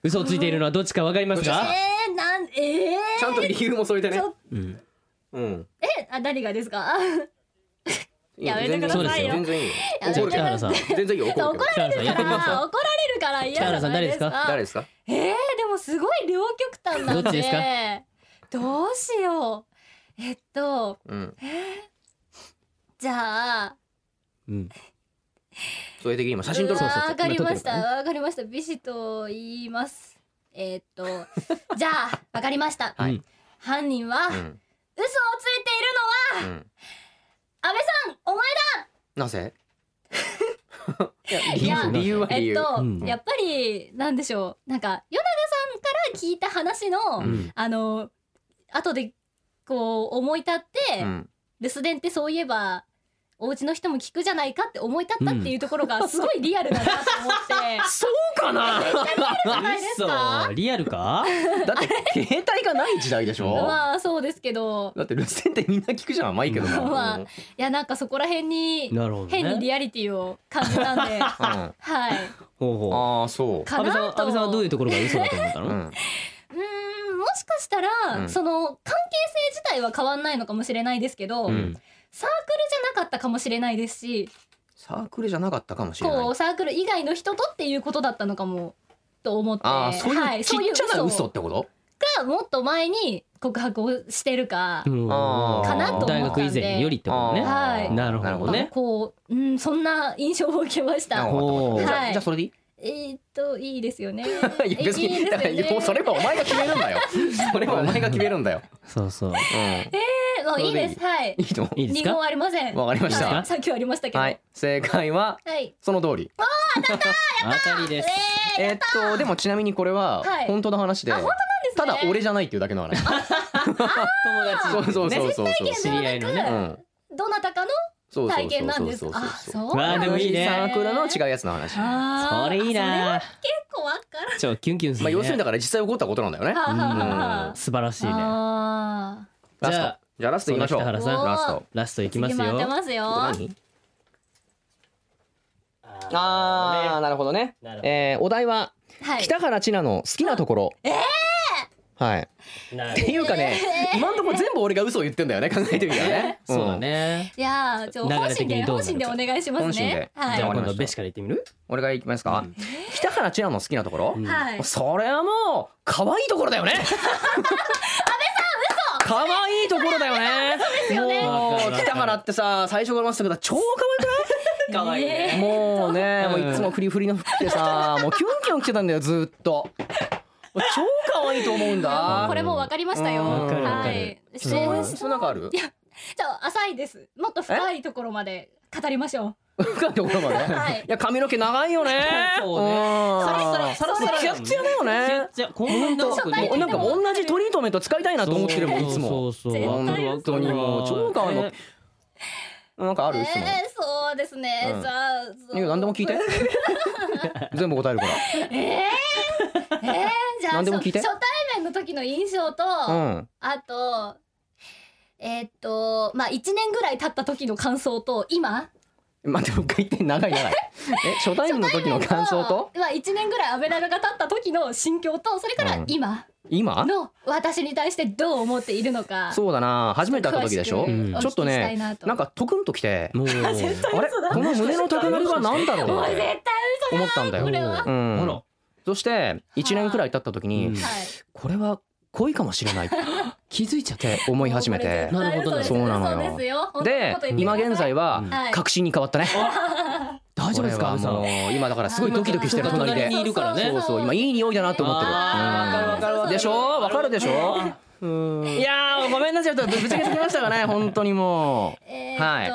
[SPEAKER 1] 嘘をついているのはどっちかわかります
[SPEAKER 3] え
[SPEAKER 1] か
[SPEAKER 3] ー、なんえ
[SPEAKER 2] ちゃんと理由もそれでね
[SPEAKER 3] ちょ。
[SPEAKER 1] うん
[SPEAKER 2] うん。
[SPEAKER 3] ー、あ何がですかやめてくだ
[SPEAKER 1] さいよ
[SPEAKER 2] 全然いいよ。
[SPEAKER 3] やめ
[SPEAKER 1] じゃあ北
[SPEAKER 2] 怒る
[SPEAKER 3] て
[SPEAKER 2] け
[SPEAKER 1] 原さん
[SPEAKER 2] ど。全然いいよ。怒
[SPEAKER 3] 怒
[SPEAKER 2] るけど。
[SPEAKER 3] られる
[SPEAKER 1] 北原さんやってくだ
[SPEAKER 3] か
[SPEAKER 1] さい
[SPEAKER 3] ら怒られるから嫌じゃない
[SPEAKER 1] 北原さん誰ですか
[SPEAKER 2] 誰ですか？
[SPEAKER 3] えー、でもすごい両極端なんで
[SPEAKER 1] どっちですか
[SPEAKER 3] どうしようえっと
[SPEAKER 2] うん。
[SPEAKER 3] じゃあ
[SPEAKER 1] うん
[SPEAKER 2] それ的に今写真撮る
[SPEAKER 3] うわ
[SPEAKER 2] そう
[SPEAKER 3] ー
[SPEAKER 2] そう
[SPEAKER 3] わかりま
[SPEAKER 2] 今撮
[SPEAKER 3] し
[SPEAKER 2] ってるからね
[SPEAKER 3] たわかりましたビシッと言いますえーっ とじゃあわかりました、
[SPEAKER 1] はい
[SPEAKER 3] 犯人は、嘘を
[SPEAKER 2] うん
[SPEAKER 3] ついているのは
[SPEAKER 2] うん。
[SPEAKER 3] 安倍さんお前
[SPEAKER 2] なぜ？
[SPEAKER 3] いや
[SPEAKER 2] 理由は理
[SPEAKER 3] えっ
[SPEAKER 2] 由。
[SPEAKER 3] と、
[SPEAKER 1] うん
[SPEAKER 3] やっぱりなんでしょうなんか与永さんから聞いた話の、
[SPEAKER 1] うん
[SPEAKER 3] あの後でこう思い立って、
[SPEAKER 2] うん
[SPEAKER 3] 留守電ってそういえばお家の人も聞くじゃないかって思い立ったっていうところがすごいリアルだなと思って、
[SPEAKER 2] そうかな。
[SPEAKER 3] じゃないですか
[SPEAKER 1] 嘘リアルか
[SPEAKER 2] だって携帯がない時代でしょ。
[SPEAKER 3] まあそうですけど
[SPEAKER 2] だって留守電ってみんな聞くじゃん。マイケルも。
[SPEAKER 3] まあいやなんかそこら辺に
[SPEAKER 1] なるほど
[SPEAKER 3] 変に
[SPEAKER 1] ね
[SPEAKER 3] リアリティを感じたんで
[SPEAKER 2] あ
[SPEAKER 3] はい
[SPEAKER 1] ほうほう
[SPEAKER 2] あーそう。
[SPEAKER 3] か
[SPEAKER 1] 安倍さん
[SPEAKER 3] な
[SPEAKER 1] 安倍さんは
[SPEAKER 3] と
[SPEAKER 1] どういう
[SPEAKER 3] う
[SPEAKER 1] ところが嘘だと思ったの
[SPEAKER 2] うん
[SPEAKER 3] ーんもしかしたら、
[SPEAKER 2] うん
[SPEAKER 3] その関係性自体は変わんないのかもしれないですけど、
[SPEAKER 1] うん
[SPEAKER 3] サークルじゃなかったかもしれないですし
[SPEAKER 2] サークルじゃなかったかもしれない
[SPEAKER 3] こう。サークル以外の人とっていうことだったのかもと思って
[SPEAKER 2] ああそういう、
[SPEAKER 3] はい、
[SPEAKER 2] ちっちゃな嘘
[SPEAKER 3] 嘘
[SPEAKER 2] ってこと
[SPEAKER 3] がもっと前に告白をしてるか、
[SPEAKER 1] うん
[SPEAKER 2] あーかなと思った
[SPEAKER 1] 大
[SPEAKER 2] んで
[SPEAKER 1] 学以前よりってことね
[SPEAKER 2] あー
[SPEAKER 3] はい
[SPEAKER 1] なるほどね
[SPEAKER 3] まあこう、うん、そんな印象を受けまし
[SPEAKER 2] な
[SPEAKER 3] た
[SPEAKER 2] る。ほど
[SPEAKER 1] おー
[SPEAKER 2] じゃ
[SPEAKER 3] は
[SPEAKER 2] あ
[SPEAKER 3] い
[SPEAKER 2] じゃあそれでい い
[SPEAKER 3] えーっといいですよね。
[SPEAKER 2] いや別
[SPEAKER 3] いいです
[SPEAKER 2] に
[SPEAKER 3] よね
[SPEAKER 2] だからもうそれはお前が決めるんだよそれはお前が決めるんだよ、
[SPEAKER 1] そうそう
[SPEAKER 2] う
[SPEAKER 3] えもういいです。はい
[SPEAKER 2] ん、。いいの
[SPEAKER 1] いいです
[SPEAKER 3] 二言
[SPEAKER 1] か
[SPEAKER 3] ありません。
[SPEAKER 2] わかりました
[SPEAKER 3] はいさっきはありましたけど。
[SPEAKER 2] は
[SPEAKER 3] はいい。
[SPEAKER 2] 正解はその通り
[SPEAKER 1] 当たりです
[SPEAKER 2] えっとでもちなみにこれは
[SPEAKER 3] はい
[SPEAKER 2] 本当の話で、
[SPEAKER 3] す
[SPEAKER 2] た
[SPEAKER 3] ね
[SPEAKER 2] だ俺じゃないっていうだけの話
[SPEAKER 1] 友達
[SPEAKER 2] そうそうそうそうそう
[SPEAKER 1] 知り合いのね
[SPEAKER 2] うん
[SPEAKER 3] どなたかの
[SPEAKER 2] そうそうそうそう
[SPEAKER 3] 体験なんです
[SPEAKER 2] そう。そう
[SPEAKER 3] あ、
[SPEAKER 2] そう
[SPEAKER 3] そう。
[SPEAKER 1] わあでもいいね
[SPEAKER 2] サークルの違うやつの話ま
[SPEAKER 3] あ
[SPEAKER 1] そ
[SPEAKER 3] ー
[SPEAKER 1] れいい。な
[SPEAKER 3] 結構わからん。
[SPEAKER 1] ちょキュンキュンする
[SPEAKER 2] あ
[SPEAKER 1] ね
[SPEAKER 2] 要するにだから実際起こったことなんだよね
[SPEAKER 3] はあはあはあ
[SPEAKER 1] 素晴らしいね
[SPEAKER 3] あ
[SPEAKER 2] ラ
[SPEAKER 1] じ
[SPEAKER 2] ストじ
[SPEAKER 1] ゃ
[SPEAKER 2] ゃ
[SPEAKER 1] あ
[SPEAKER 2] あラストいきましょう
[SPEAKER 1] そう
[SPEAKER 2] ラ
[SPEAKER 1] だ北原
[SPEAKER 2] ス
[SPEAKER 3] さん
[SPEAKER 2] ト
[SPEAKER 1] ラストい
[SPEAKER 3] ー
[SPEAKER 1] きます
[SPEAKER 3] 次回って
[SPEAKER 1] よ
[SPEAKER 3] ますよ。
[SPEAKER 2] 何あーなるほどね
[SPEAKER 1] なるほど
[SPEAKER 2] えーお題は
[SPEAKER 3] はい。
[SPEAKER 2] 北原千奈の好きなところはい
[SPEAKER 1] な
[SPEAKER 2] っていうかね今んとこ全部俺が嘘を言ってんだよね考えてみたらね
[SPEAKER 1] そうだね
[SPEAKER 3] いやー、ちょ
[SPEAKER 1] 流
[SPEAKER 3] 本
[SPEAKER 1] れ
[SPEAKER 3] 心
[SPEAKER 1] 的に
[SPEAKER 3] で
[SPEAKER 1] どうなる
[SPEAKER 3] 本
[SPEAKER 1] か
[SPEAKER 3] 心でお願いしますね。
[SPEAKER 2] 本心で
[SPEAKER 3] はい
[SPEAKER 1] じゃあ
[SPEAKER 2] わか
[SPEAKER 1] 今
[SPEAKER 2] りま
[SPEAKER 1] 度
[SPEAKER 2] した
[SPEAKER 1] ベシから言ってみる
[SPEAKER 2] 俺が行きますか
[SPEAKER 1] うん
[SPEAKER 2] 北原千奈の好きなところ
[SPEAKER 1] うん
[SPEAKER 3] はい。
[SPEAKER 2] それはもう可愛いところだよね。安倍さん嘘。可愛いところだよね。も
[SPEAKER 1] わかるわ
[SPEAKER 2] う
[SPEAKER 1] かる
[SPEAKER 2] 北原ってさ最初からまっすぐだ超可
[SPEAKER 1] 可愛い
[SPEAKER 2] 愛
[SPEAKER 1] ね
[SPEAKER 2] い。もうね
[SPEAKER 1] う
[SPEAKER 2] も
[SPEAKER 1] ん
[SPEAKER 2] ういつもフリフリの服着てさもうキュンキュン着てたんだよずっと。もう超可愛いと思うんだ。
[SPEAKER 3] これもう分かりましたよ。
[SPEAKER 2] うん
[SPEAKER 1] わかるわか
[SPEAKER 3] は
[SPEAKER 1] る
[SPEAKER 3] い。質
[SPEAKER 2] そう
[SPEAKER 3] 問
[SPEAKER 2] 質問なんかあ る？
[SPEAKER 3] じゃあ浅いです。もっと深いところまで語りましょう。
[SPEAKER 2] 深いところまで。
[SPEAKER 3] はい
[SPEAKER 2] いや髪の毛長いよね。
[SPEAKER 1] そうね
[SPEAKER 2] ん
[SPEAKER 1] サラサラサラサラ
[SPEAKER 2] ツヤツヤだよね。
[SPEAKER 1] じゃあこんな
[SPEAKER 3] 本当
[SPEAKER 2] もうなんか同じトリートメント使いたいなと思ってるもんいつも。
[SPEAKER 1] そうそうそう
[SPEAKER 3] 絶対
[SPEAKER 2] 本当にもう超可愛いの
[SPEAKER 1] ね
[SPEAKER 2] なんかある
[SPEAKER 3] え
[SPEAKER 2] 質問。
[SPEAKER 3] ー、そうですね。
[SPEAKER 2] うん
[SPEAKER 3] じゃあそう
[SPEAKER 2] いや何でも聞いて。全部答えるから。
[SPEAKER 3] えー、えー、じ ゃあ
[SPEAKER 2] 何でも聞いて
[SPEAKER 3] 初初対面の時の印象と、
[SPEAKER 2] うん。
[SPEAKER 3] あとえーっとまあ1年ぐらい経った時の感想と今
[SPEAKER 2] まあ、でも回転長い長い。え、初対面の時の感想と
[SPEAKER 3] まあ1年ぐらい安倍長が経った時の心境とそれから今
[SPEAKER 2] 今？
[SPEAKER 3] の私に対してどう思っているのか
[SPEAKER 2] そうだな。初めて会った時でしょ。
[SPEAKER 3] 詳く
[SPEAKER 1] うん
[SPEAKER 3] お
[SPEAKER 2] ちょっ
[SPEAKER 3] 聞き
[SPEAKER 2] と
[SPEAKER 3] したい
[SPEAKER 2] ね、
[SPEAKER 3] なと
[SPEAKER 2] なんかトクンときて、
[SPEAKER 1] もう
[SPEAKER 2] あれこの胸の高鳴りは何だろう
[SPEAKER 3] おい絶
[SPEAKER 2] って
[SPEAKER 3] 対嘘
[SPEAKER 2] 思ったんだ
[SPEAKER 3] これ
[SPEAKER 2] よ。
[SPEAKER 3] はは
[SPEAKER 1] う
[SPEAKER 2] うん
[SPEAKER 1] あ
[SPEAKER 2] ん
[SPEAKER 1] ら。
[SPEAKER 2] そして一年くらい経った時
[SPEAKER 1] う
[SPEAKER 2] に
[SPEAKER 1] ん、
[SPEAKER 3] い
[SPEAKER 2] これは恋かもしれない気づいちゃって思い始めて。
[SPEAKER 1] なるほどね
[SPEAKER 2] そうなのよ
[SPEAKER 3] そうですよ。本当の
[SPEAKER 2] で
[SPEAKER 3] こと言って
[SPEAKER 2] 今
[SPEAKER 3] くだ
[SPEAKER 2] 現
[SPEAKER 3] さい
[SPEAKER 2] 在は
[SPEAKER 3] はい
[SPEAKER 2] 確信に変わ ったね。
[SPEAKER 1] 大丈夫ですか阿部
[SPEAKER 2] これ
[SPEAKER 1] さ
[SPEAKER 2] はも
[SPEAKER 1] ん
[SPEAKER 2] う今だからすごいドキドキしてる隣で
[SPEAKER 1] 隣。にいるからね
[SPEAKER 2] そうそう今いい匂いだなと思ってる。
[SPEAKER 1] あーわかるわかるわ
[SPEAKER 2] うんでしょわかるでしょ。いやーごめんなさいちょっとぶつけすぎましたかね 本当にも
[SPEAKER 3] えー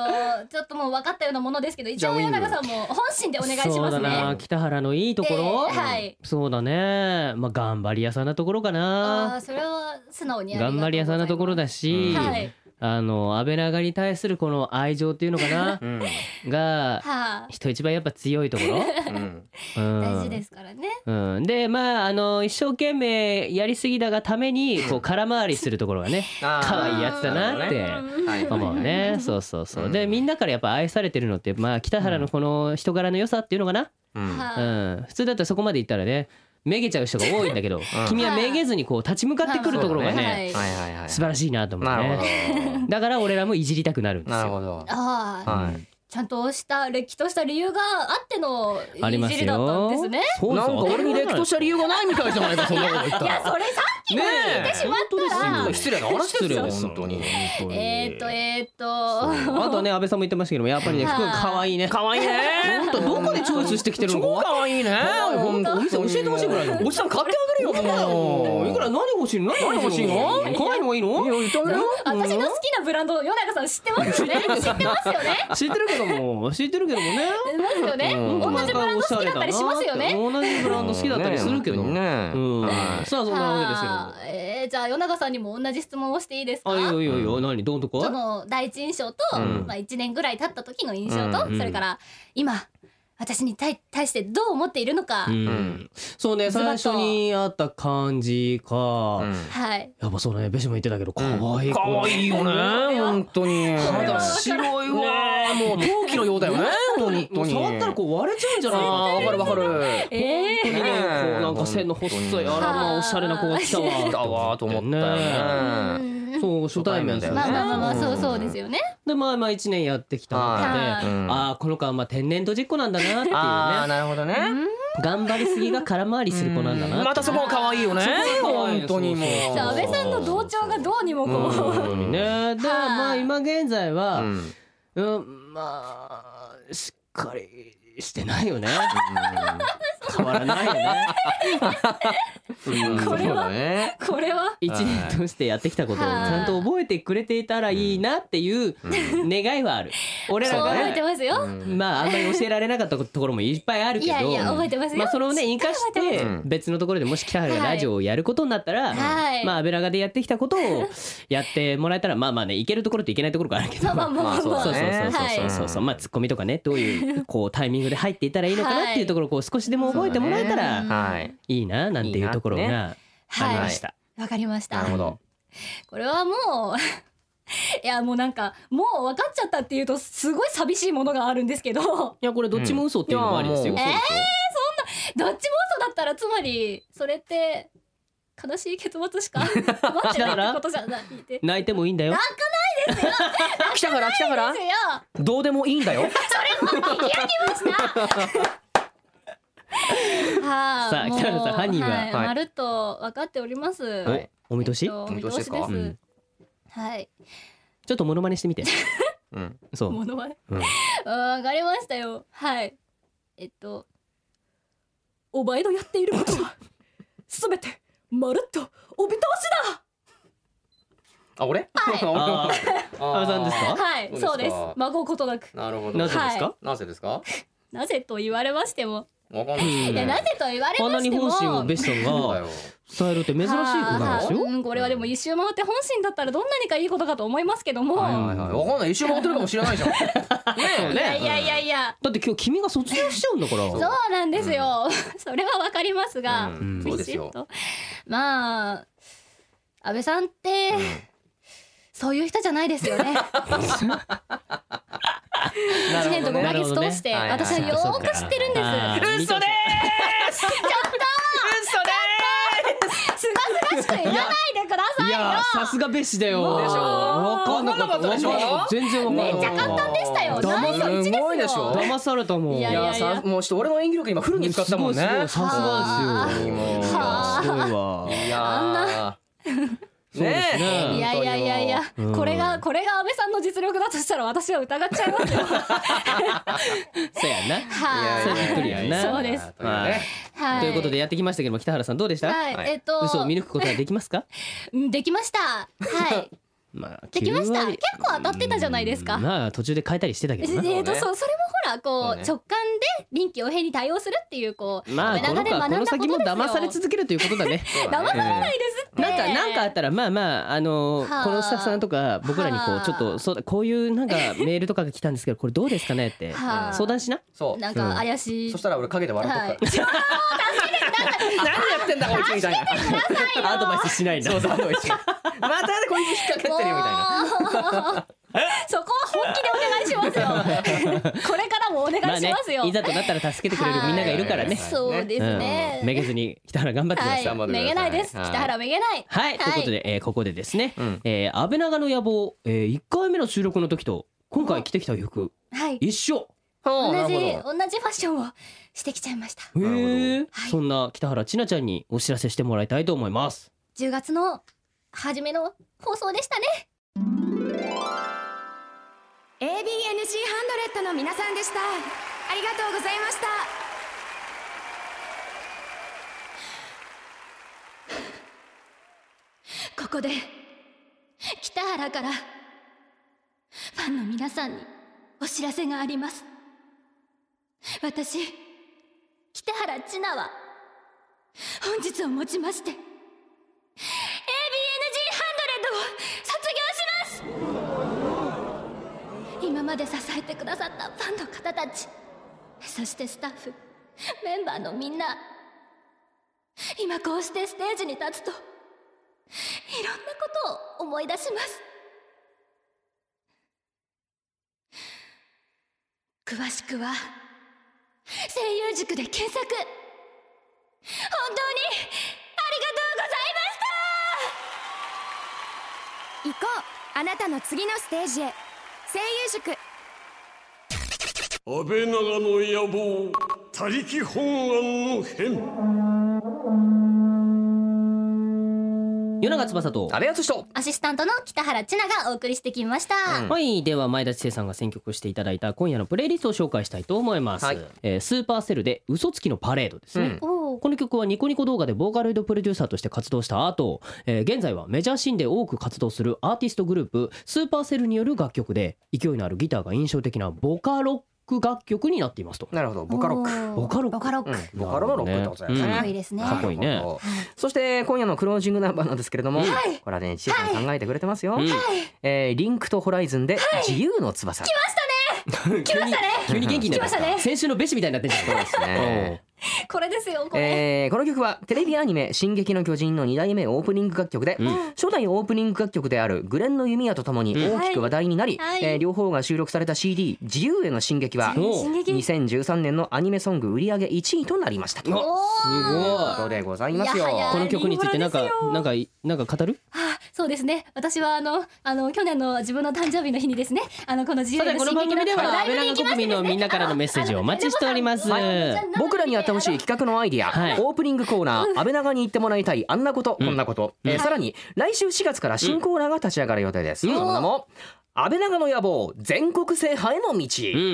[SPEAKER 3] っとちょっともう分かったようなものですけど、一
[SPEAKER 2] じゃあ
[SPEAKER 3] 応
[SPEAKER 2] ウィン
[SPEAKER 3] 柳
[SPEAKER 2] グ
[SPEAKER 3] さんも本心でお願いし
[SPEAKER 1] そ
[SPEAKER 3] ま
[SPEAKER 1] う
[SPEAKER 3] す
[SPEAKER 1] だな
[SPEAKER 3] ね。
[SPEAKER 1] 北原のいいところ
[SPEAKER 3] えーはい
[SPEAKER 1] そうだねまあ頑張り屋さんなところか
[SPEAKER 3] あ
[SPEAKER 1] な
[SPEAKER 3] あ、それは素直にありがとう
[SPEAKER 1] 頑張り屋さんなところだし
[SPEAKER 2] うん
[SPEAKER 3] はい。
[SPEAKER 1] あの安倍長に対するこの愛情っていうのか な
[SPEAKER 2] う。うん。
[SPEAKER 1] が
[SPEAKER 3] はあ、
[SPEAKER 1] 人一倍やっぱ強いところ、
[SPEAKER 2] うん。
[SPEAKER 1] うん、
[SPEAKER 3] 大事ですからね。
[SPEAKER 1] うん、でまああの一生懸命やりすぎだがために こう空回りするところがね
[SPEAKER 2] あー
[SPEAKER 1] 可愛いやつだなって
[SPEAKER 2] はい
[SPEAKER 1] 思う ねそうそうそうで
[SPEAKER 2] うん
[SPEAKER 1] みんなからやっぱ愛されてるのってまあ北原のこの人柄の良さっていうのかな、
[SPEAKER 2] うん
[SPEAKER 1] う
[SPEAKER 3] はあ
[SPEAKER 1] ん、普通だったらそこまでいったらねめげちゃう人が多いんだ けど、君はめげずにこう立ち向かってくるところがね、
[SPEAKER 3] はい
[SPEAKER 2] はいはいはい。
[SPEAKER 1] 素晴らしいなと思う
[SPEAKER 2] なるほ
[SPEAKER 1] ねだから俺らもいじりたくなるん
[SPEAKER 2] ど。
[SPEAKER 1] です
[SPEAKER 2] なる
[SPEAKER 1] よ
[SPEAKER 2] ほ ど。
[SPEAKER 3] ああ、
[SPEAKER 2] はい。
[SPEAKER 3] ちゃんとした、れっきとした理由があっての
[SPEAKER 1] あり
[SPEAKER 3] い
[SPEAKER 1] ま
[SPEAKER 3] じ
[SPEAKER 1] す
[SPEAKER 3] りだったん
[SPEAKER 1] よ
[SPEAKER 3] ですね。
[SPEAKER 1] そう
[SPEAKER 2] なん
[SPEAKER 1] そう
[SPEAKER 2] か俺にれっきとした理由がないみたいじゃないかそんなこと言った
[SPEAKER 3] いや、
[SPEAKER 2] ら。
[SPEAKER 3] それさ、
[SPEAKER 2] ね
[SPEAKER 3] しまったら
[SPEAKER 2] え。失礼な話ですよ
[SPEAKER 1] 失礼です
[SPEAKER 2] 本当に。
[SPEAKER 3] えーっと、えーっと、
[SPEAKER 1] あとね安倍さんも言ってましたけどもやっぱりね
[SPEAKER 3] はい
[SPEAKER 1] 服可愛いね
[SPEAKER 2] 可愛いね。本当
[SPEAKER 1] どこでチョイスしてきてるのか
[SPEAKER 2] 超可愛いね。
[SPEAKER 1] 本当お店教えてほしいぐらい
[SPEAKER 2] おじさん買ってあげるよもう。
[SPEAKER 1] いくら何欲しいの何欲しいの可愛いのがいいの
[SPEAKER 2] いや言ってあげるよ
[SPEAKER 3] 私の好きなブランド、夜中さん知ってま すよね。知ってますよね。
[SPEAKER 1] 知ってるけども知ってるけどもね
[SPEAKER 3] いますよね。
[SPEAKER 2] うん
[SPEAKER 3] 同じブランド好きだったりしますよね。
[SPEAKER 1] 同じブランド好きだったりするけど
[SPEAKER 2] ね
[SPEAKER 1] ね
[SPEAKER 2] え。
[SPEAKER 1] うんさあそんなわ
[SPEAKER 3] あーえーじゃあ与永さんにも同じ質問をしていいですか
[SPEAKER 1] けですけどあいいよいいよいいよ何どんとこ
[SPEAKER 3] その第一印象と、
[SPEAKER 2] うん
[SPEAKER 3] まあ、1年ぐらい経った時の印象と、
[SPEAKER 1] うん
[SPEAKER 3] それから今私に対対してどう思っているのか、
[SPEAKER 1] うんそうね
[SPEAKER 3] ズバ
[SPEAKER 1] 最
[SPEAKER 3] ッ
[SPEAKER 1] 初
[SPEAKER 3] と
[SPEAKER 1] にあった感じ
[SPEAKER 2] です
[SPEAKER 1] か
[SPEAKER 2] よ。
[SPEAKER 3] はい
[SPEAKER 1] やっぱそうねベシも言ってたけど可愛い
[SPEAKER 2] 可愛いよね本当に
[SPEAKER 1] 肌
[SPEAKER 2] 白いわもう陶器のようだよね本当
[SPEAKER 1] もう
[SPEAKER 2] に
[SPEAKER 1] 触ったらこう割れちゃうんじゃないか
[SPEAKER 2] あーわかるわかる
[SPEAKER 3] ええ
[SPEAKER 1] 本当にね
[SPEAKER 2] ねえ
[SPEAKER 1] こうなんか線の細いあらまあおしゃれな子が来たわ
[SPEAKER 2] 来たわーと思った
[SPEAKER 1] ね
[SPEAKER 2] よね
[SPEAKER 3] ーうん
[SPEAKER 1] そう初対面だよね
[SPEAKER 3] まあまあまあまあ
[SPEAKER 2] うん
[SPEAKER 3] そうそうですよね、
[SPEAKER 1] でまあまあ1年やってきた中で、
[SPEAKER 3] はい
[SPEAKER 2] うん
[SPEAKER 1] ああこの子はまあ天然とじっこなんだなっていうね
[SPEAKER 2] ああなるほどね
[SPEAKER 1] 頑張りすぎが空回りする子なんだなって
[SPEAKER 2] またそこも可愛いよね
[SPEAKER 1] そこも可愛い
[SPEAKER 2] 本当にもう
[SPEAKER 1] そう
[SPEAKER 3] 安倍さんの同調がどうにもこう。
[SPEAKER 1] 本当にねで
[SPEAKER 3] はい
[SPEAKER 1] まあ今現在
[SPEAKER 2] う
[SPEAKER 1] は、
[SPEAKER 2] ん
[SPEAKER 1] うんまあしっかりしてないよね変わらないよね
[SPEAKER 2] うん
[SPEAKER 3] これは
[SPEAKER 2] そうだね
[SPEAKER 3] これは
[SPEAKER 1] 一年通してやってきたことをち
[SPEAKER 3] はい
[SPEAKER 1] ゃんと覚えてくれていたらいいなっていう願いはある俺
[SPEAKER 3] そう
[SPEAKER 1] らが
[SPEAKER 3] 覚え
[SPEAKER 1] ね
[SPEAKER 3] てますよ。
[SPEAKER 1] まああんまり教えられなかったところもいっぱいあるけ
[SPEAKER 3] い
[SPEAKER 1] ど
[SPEAKER 3] やいや覚えてますよ。
[SPEAKER 1] まあそれをね生かし
[SPEAKER 3] 覚え
[SPEAKER 2] て
[SPEAKER 1] て
[SPEAKER 2] ます
[SPEAKER 1] 別のところでもし北原が
[SPEAKER 3] はい
[SPEAKER 1] ラジオをやることになったら、
[SPEAKER 3] はい
[SPEAKER 1] まあアベラガでやってきたことをやってもらえたらまあまあねいけるところといけないところがあるけど
[SPEAKER 3] そうまあもう
[SPEAKER 2] まあそう
[SPEAKER 3] も
[SPEAKER 2] だ
[SPEAKER 1] そうそうそう
[SPEAKER 2] ね
[SPEAKER 1] そう
[SPEAKER 3] はい
[SPEAKER 1] そうそうそうまあツッコミとかねどういうこうタイミングで入っていたらいいのかなっていうところをこう少しでも覚えてもらえた
[SPEAKER 3] うん
[SPEAKER 1] ら
[SPEAKER 2] はい
[SPEAKER 1] いいななんていうところ
[SPEAKER 2] いい
[SPEAKER 1] がありました。
[SPEAKER 3] わかりました
[SPEAKER 2] なる。ほど
[SPEAKER 3] これはもういやもう なんかもう分かっちゃったっていうとすごい寂しいものがあるんですけどどっ
[SPEAKER 1] いやこれどっちも嘘っていうのもありですよ。
[SPEAKER 2] い
[SPEAKER 3] やもう
[SPEAKER 1] そう
[SPEAKER 3] ちも嘘だったらつまりそれって悲しい結末しか待ってないってことじゃないで
[SPEAKER 1] 泣いてもいいんだよ。
[SPEAKER 2] 来たから来たから
[SPEAKER 3] すよ
[SPEAKER 2] どうでもいいんだよ
[SPEAKER 3] はあ、
[SPEAKER 1] さあ
[SPEAKER 3] もう
[SPEAKER 1] 北原さん犯人は
[SPEAKER 3] はい
[SPEAKER 2] はい
[SPEAKER 3] まるっと分かっております、
[SPEAKER 2] はい
[SPEAKER 1] お見通し？
[SPEAKER 3] えっ
[SPEAKER 1] ちょ
[SPEAKER 3] とお見通しです、
[SPEAKER 2] お見通しですか
[SPEAKER 1] うん
[SPEAKER 3] はい
[SPEAKER 1] っとモノマネしてみて。
[SPEAKER 2] うん
[SPEAKER 1] そう。
[SPEAKER 3] 物はね、
[SPEAKER 1] うん
[SPEAKER 3] わかりましたよはいえっとお前のやっていることはすべてまるっとお見通し
[SPEAKER 2] あ俺
[SPEAKER 1] あ
[SPEAKER 2] 安
[SPEAKER 1] ー安倍さんです
[SPEAKER 3] だ
[SPEAKER 1] か？
[SPEAKER 3] はい
[SPEAKER 2] そうですか
[SPEAKER 3] そうです孫うことなく
[SPEAKER 2] なるほど
[SPEAKER 1] なぜですか
[SPEAKER 3] は？
[SPEAKER 2] なぜですか
[SPEAKER 3] なぜと言われましても、
[SPEAKER 2] わかんない
[SPEAKER 1] うん
[SPEAKER 3] いやなぜと言われ
[SPEAKER 1] あん
[SPEAKER 3] ま
[SPEAKER 1] なに
[SPEAKER 3] しても
[SPEAKER 1] 本心をベ
[SPEAKER 3] し
[SPEAKER 1] スト
[SPEAKER 2] そうだ
[SPEAKER 1] が
[SPEAKER 2] よ
[SPEAKER 1] 伝えるって珍しいことなんですよ。
[SPEAKER 3] これはでも一周回って本心だったらどんなにかいいことかと思いますけども、
[SPEAKER 2] はいはいはいわかんない一周回ってるかもしれない じゃんねえ
[SPEAKER 3] いやいやいや
[SPEAKER 2] ね
[SPEAKER 3] いや、
[SPEAKER 1] だって今日君が卒業しちゃうんだから。
[SPEAKER 3] そうなんですよ、それはわかりますが、
[SPEAKER 2] うんそうですよ
[SPEAKER 3] きちっとまあ安倍さんって、そういう人じゃないですよね一年と5
[SPEAKER 1] な
[SPEAKER 3] ヶ
[SPEAKER 1] るほ
[SPEAKER 3] 月
[SPEAKER 1] どね
[SPEAKER 3] 通して
[SPEAKER 2] はいはい
[SPEAKER 3] 私はよーく知ってるんです、
[SPEAKER 1] あー
[SPEAKER 2] 嘘でーす
[SPEAKER 3] すがすがしく言わないでください
[SPEAKER 1] いやーさすがベシだよ。
[SPEAKER 2] でしょ
[SPEAKER 1] わかんなかった。
[SPEAKER 2] わかんなかったでしょ
[SPEAKER 1] わかん全然わかんな
[SPEAKER 3] め
[SPEAKER 1] かっ
[SPEAKER 3] っち
[SPEAKER 1] た
[SPEAKER 3] ゃ簡単でしたよ
[SPEAKER 2] 騙
[SPEAKER 3] 難易度1です
[SPEAKER 2] す
[SPEAKER 3] よ
[SPEAKER 2] ごいでしょ
[SPEAKER 1] 騙されたもん。
[SPEAKER 3] いや
[SPEAKER 2] い
[SPEAKER 3] いや
[SPEAKER 2] やさもうちょっと俺の演技力今フルに使ったもんね
[SPEAKER 1] すごいすごいさすがですよ。
[SPEAKER 2] も
[SPEAKER 1] い
[SPEAKER 2] う
[SPEAKER 1] やすごいわ。
[SPEAKER 2] いや
[SPEAKER 3] あん
[SPEAKER 2] な
[SPEAKER 1] そうですね
[SPEAKER 3] いやいやいやいや
[SPEAKER 1] うん
[SPEAKER 3] これがこれが安倍さんの実力だとしたら私は疑っちゃい ますよ
[SPEAKER 1] そうやな。
[SPEAKER 3] はい
[SPEAKER 1] そうびっくりやな
[SPEAKER 3] そうです
[SPEAKER 2] というね
[SPEAKER 3] は
[SPEAKER 1] ということでやってきましたけども北原さんどうでした？
[SPEAKER 3] はい、
[SPEAKER 2] はい
[SPEAKER 3] えっと
[SPEAKER 1] 嘘を見抜くことはできます か？
[SPEAKER 3] うんできましたはい
[SPEAKER 1] まあ
[SPEAKER 3] できました
[SPEAKER 1] 9割
[SPEAKER 3] 結構当たってたじゃないですか
[SPEAKER 1] うんまあ途中で変えたりしてたけ
[SPEAKER 3] え
[SPEAKER 1] ど
[SPEAKER 3] ー
[SPEAKER 1] な。
[SPEAKER 3] えー
[SPEAKER 2] そう
[SPEAKER 3] と
[SPEAKER 2] ね
[SPEAKER 3] そうそれもほらこ
[SPEAKER 2] そう
[SPEAKER 3] う
[SPEAKER 2] ね
[SPEAKER 3] 直感で臨機応変に対応するっていうこう
[SPEAKER 1] まあ
[SPEAKER 3] 安
[SPEAKER 1] こ
[SPEAKER 3] 倍
[SPEAKER 1] の
[SPEAKER 3] 長
[SPEAKER 1] 子は
[SPEAKER 3] で学んだ
[SPEAKER 1] この先も
[SPEAKER 3] ことですよ
[SPEAKER 1] 騙され続けるということ だね。
[SPEAKER 2] そうだ
[SPEAKER 3] 騙
[SPEAKER 2] ね
[SPEAKER 3] されないですって
[SPEAKER 1] なんかなんかあったらまあまああの
[SPEAKER 3] はあ
[SPEAKER 1] このスタッフさんとか僕らにこ
[SPEAKER 3] は
[SPEAKER 1] う
[SPEAKER 3] あ
[SPEAKER 1] ちょっとそうだこういうなんかメールとかが来たんですけどこれどうですかねって
[SPEAKER 3] はあ
[SPEAKER 1] 相談しな。
[SPEAKER 2] そう
[SPEAKER 3] なんか怪しい、
[SPEAKER 2] そしたら俺陰で笑っとくから
[SPEAKER 3] はい
[SPEAKER 2] 何やってんだこいつみたいな。
[SPEAKER 1] アドバイスしないんだ
[SPEAKER 2] そうそうアドバイス。またこいつ引っ掛けてるよみたいな。
[SPEAKER 3] そこは本気でお願いしますよこれからもお願い
[SPEAKER 1] まあ
[SPEAKER 3] し
[SPEAKER 1] ね
[SPEAKER 3] ますよ、
[SPEAKER 1] いざとなったら助けてくれるみんながいるからね
[SPEAKER 2] は。
[SPEAKER 3] そうですね、
[SPEAKER 1] うんめげずに北原頑張ってくだ
[SPEAKER 3] は
[SPEAKER 1] さい。
[SPEAKER 3] い、
[SPEAKER 2] 張ってください
[SPEAKER 3] めげないです、
[SPEAKER 2] はい
[SPEAKER 3] 北原めげない
[SPEAKER 1] はい、ということで、えーここでですね、
[SPEAKER 2] うん
[SPEAKER 1] えー安倍長の野望、えー、1回目の収録の時と今回着てきた服
[SPEAKER 3] はい
[SPEAKER 1] 一緒
[SPEAKER 2] ほ
[SPEAKER 3] 同
[SPEAKER 2] うな
[SPEAKER 3] じ同
[SPEAKER 2] るほど。
[SPEAKER 3] じファッションをしてきちゃいました
[SPEAKER 1] へ
[SPEAKER 2] なるほど
[SPEAKER 1] ー
[SPEAKER 3] はい
[SPEAKER 1] そんな北原千奈ちゃんにお知らせしてもらいたいと思います
[SPEAKER 3] 10月の初めの放送でしたね
[SPEAKER 7] ABNC ハンドレッドの皆さんでしたありがとうございました
[SPEAKER 3] ここで北原からファンの皆さんにお知らせがあります私北原千奈は本日をもちまして ABNG ハンドレッドを卒業します今まで支えてくださったファンの方たちそしてスタッフメンバーのみんな今こうしてステージに立つといろんなことを思い出します詳しくは声優塾で検索本当にあ
[SPEAKER 7] 行こうあなたの次のステージへ声優塾
[SPEAKER 5] 安倍長の野望他力本願の変
[SPEAKER 1] 夜長翼と
[SPEAKER 2] 安倍敦人
[SPEAKER 3] アシスタントの北原千奈がお送りしてきました、
[SPEAKER 2] うん
[SPEAKER 1] はいでは前田知世さんが選曲していただいた今夜のプレイリストを紹介したいと思います、
[SPEAKER 2] はい
[SPEAKER 1] えースーパーセルで嘘つきのパレードですね、
[SPEAKER 2] うん
[SPEAKER 3] おお
[SPEAKER 1] この曲はニコニコ動画でボーカロイドプロデューサーとして活動した後、えー現在はメジャーシーンで多く活動するアーティストグループスーパーセルによる楽曲で勢いのあるギターが印象的なボカロック楽曲になっていますと
[SPEAKER 2] なるほどボカロック
[SPEAKER 1] ボカロック
[SPEAKER 3] ボカロック、
[SPEAKER 2] うんボカロのロックってことだよね
[SPEAKER 1] うん
[SPEAKER 3] かっこいいですね
[SPEAKER 1] かっこいいね
[SPEAKER 2] なるほどそして今夜のクロージングナンバーなんですけれども、
[SPEAKER 3] はい
[SPEAKER 2] これはねちえさん考えてくれてますよ、
[SPEAKER 1] うん
[SPEAKER 2] えーリンクとホライズンで自由の翼、
[SPEAKER 1] 急に急に元気になりました
[SPEAKER 3] 来ましたね
[SPEAKER 1] 先週のべしみたいになってるじゃん
[SPEAKER 2] そうですね
[SPEAKER 3] これですよこれ、
[SPEAKER 2] えーこの曲はテレビアニメ「進撃の巨人」の2代目オープニング楽曲で、初代オープニング楽曲である「グレンの弓矢」とともに大きく話題になり、
[SPEAKER 3] はい
[SPEAKER 2] えー両方が収録された CD「自由への進撃」は
[SPEAKER 1] お
[SPEAKER 3] 進撃
[SPEAKER 2] 2013年のアニメソング売り上げ1位となりましたというこ
[SPEAKER 3] おー
[SPEAKER 2] とでございますよ
[SPEAKER 3] いやはや
[SPEAKER 1] この曲についてなん
[SPEAKER 3] リン
[SPEAKER 1] か
[SPEAKER 3] ゴ
[SPEAKER 1] なんかなんか語る
[SPEAKER 3] あそうですね私はあのあの去年の自分の誕生日の日にですねあのこの自由
[SPEAKER 1] さ
[SPEAKER 3] の
[SPEAKER 1] てこの番組では
[SPEAKER 3] ラ
[SPEAKER 1] ア
[SPEAKER 3] イブ
[SPEAKER 1] ベ
[SPEAKER 3] に
[SPEAKER 1] ラ
[SPEAKER 3] 行
[SPEAKER 1] ンド
[SPEAKER 3] きまし
[SPEAKER 1] 国
[SPEAKER 3] て
[SPEAKER 1] 民
[SPEAKER 3] です
[SPEAKER 1] のみん
[SPEAKER 3] ね
[SPEAKER 1] なからのメッセージをお待ちしております
[SPEAKER 3] はい
[SPEAKER 2] 僕らにやってほしい企画のアイディア、
[SPEAKER 1] はい
[SPEAKER 2] オープニングコーナー、安倍長に行ってもらいたい、あんなこと、こんなこと、えーさらに来週4月から新コーナーが立ち上がる予定です。
[SPEAKER 1] うん
[SPEAKER 2] その名も、安倍長の野望、全国制覇へ
[SPEAKER 1] うん
[SPEAKER 2] の道。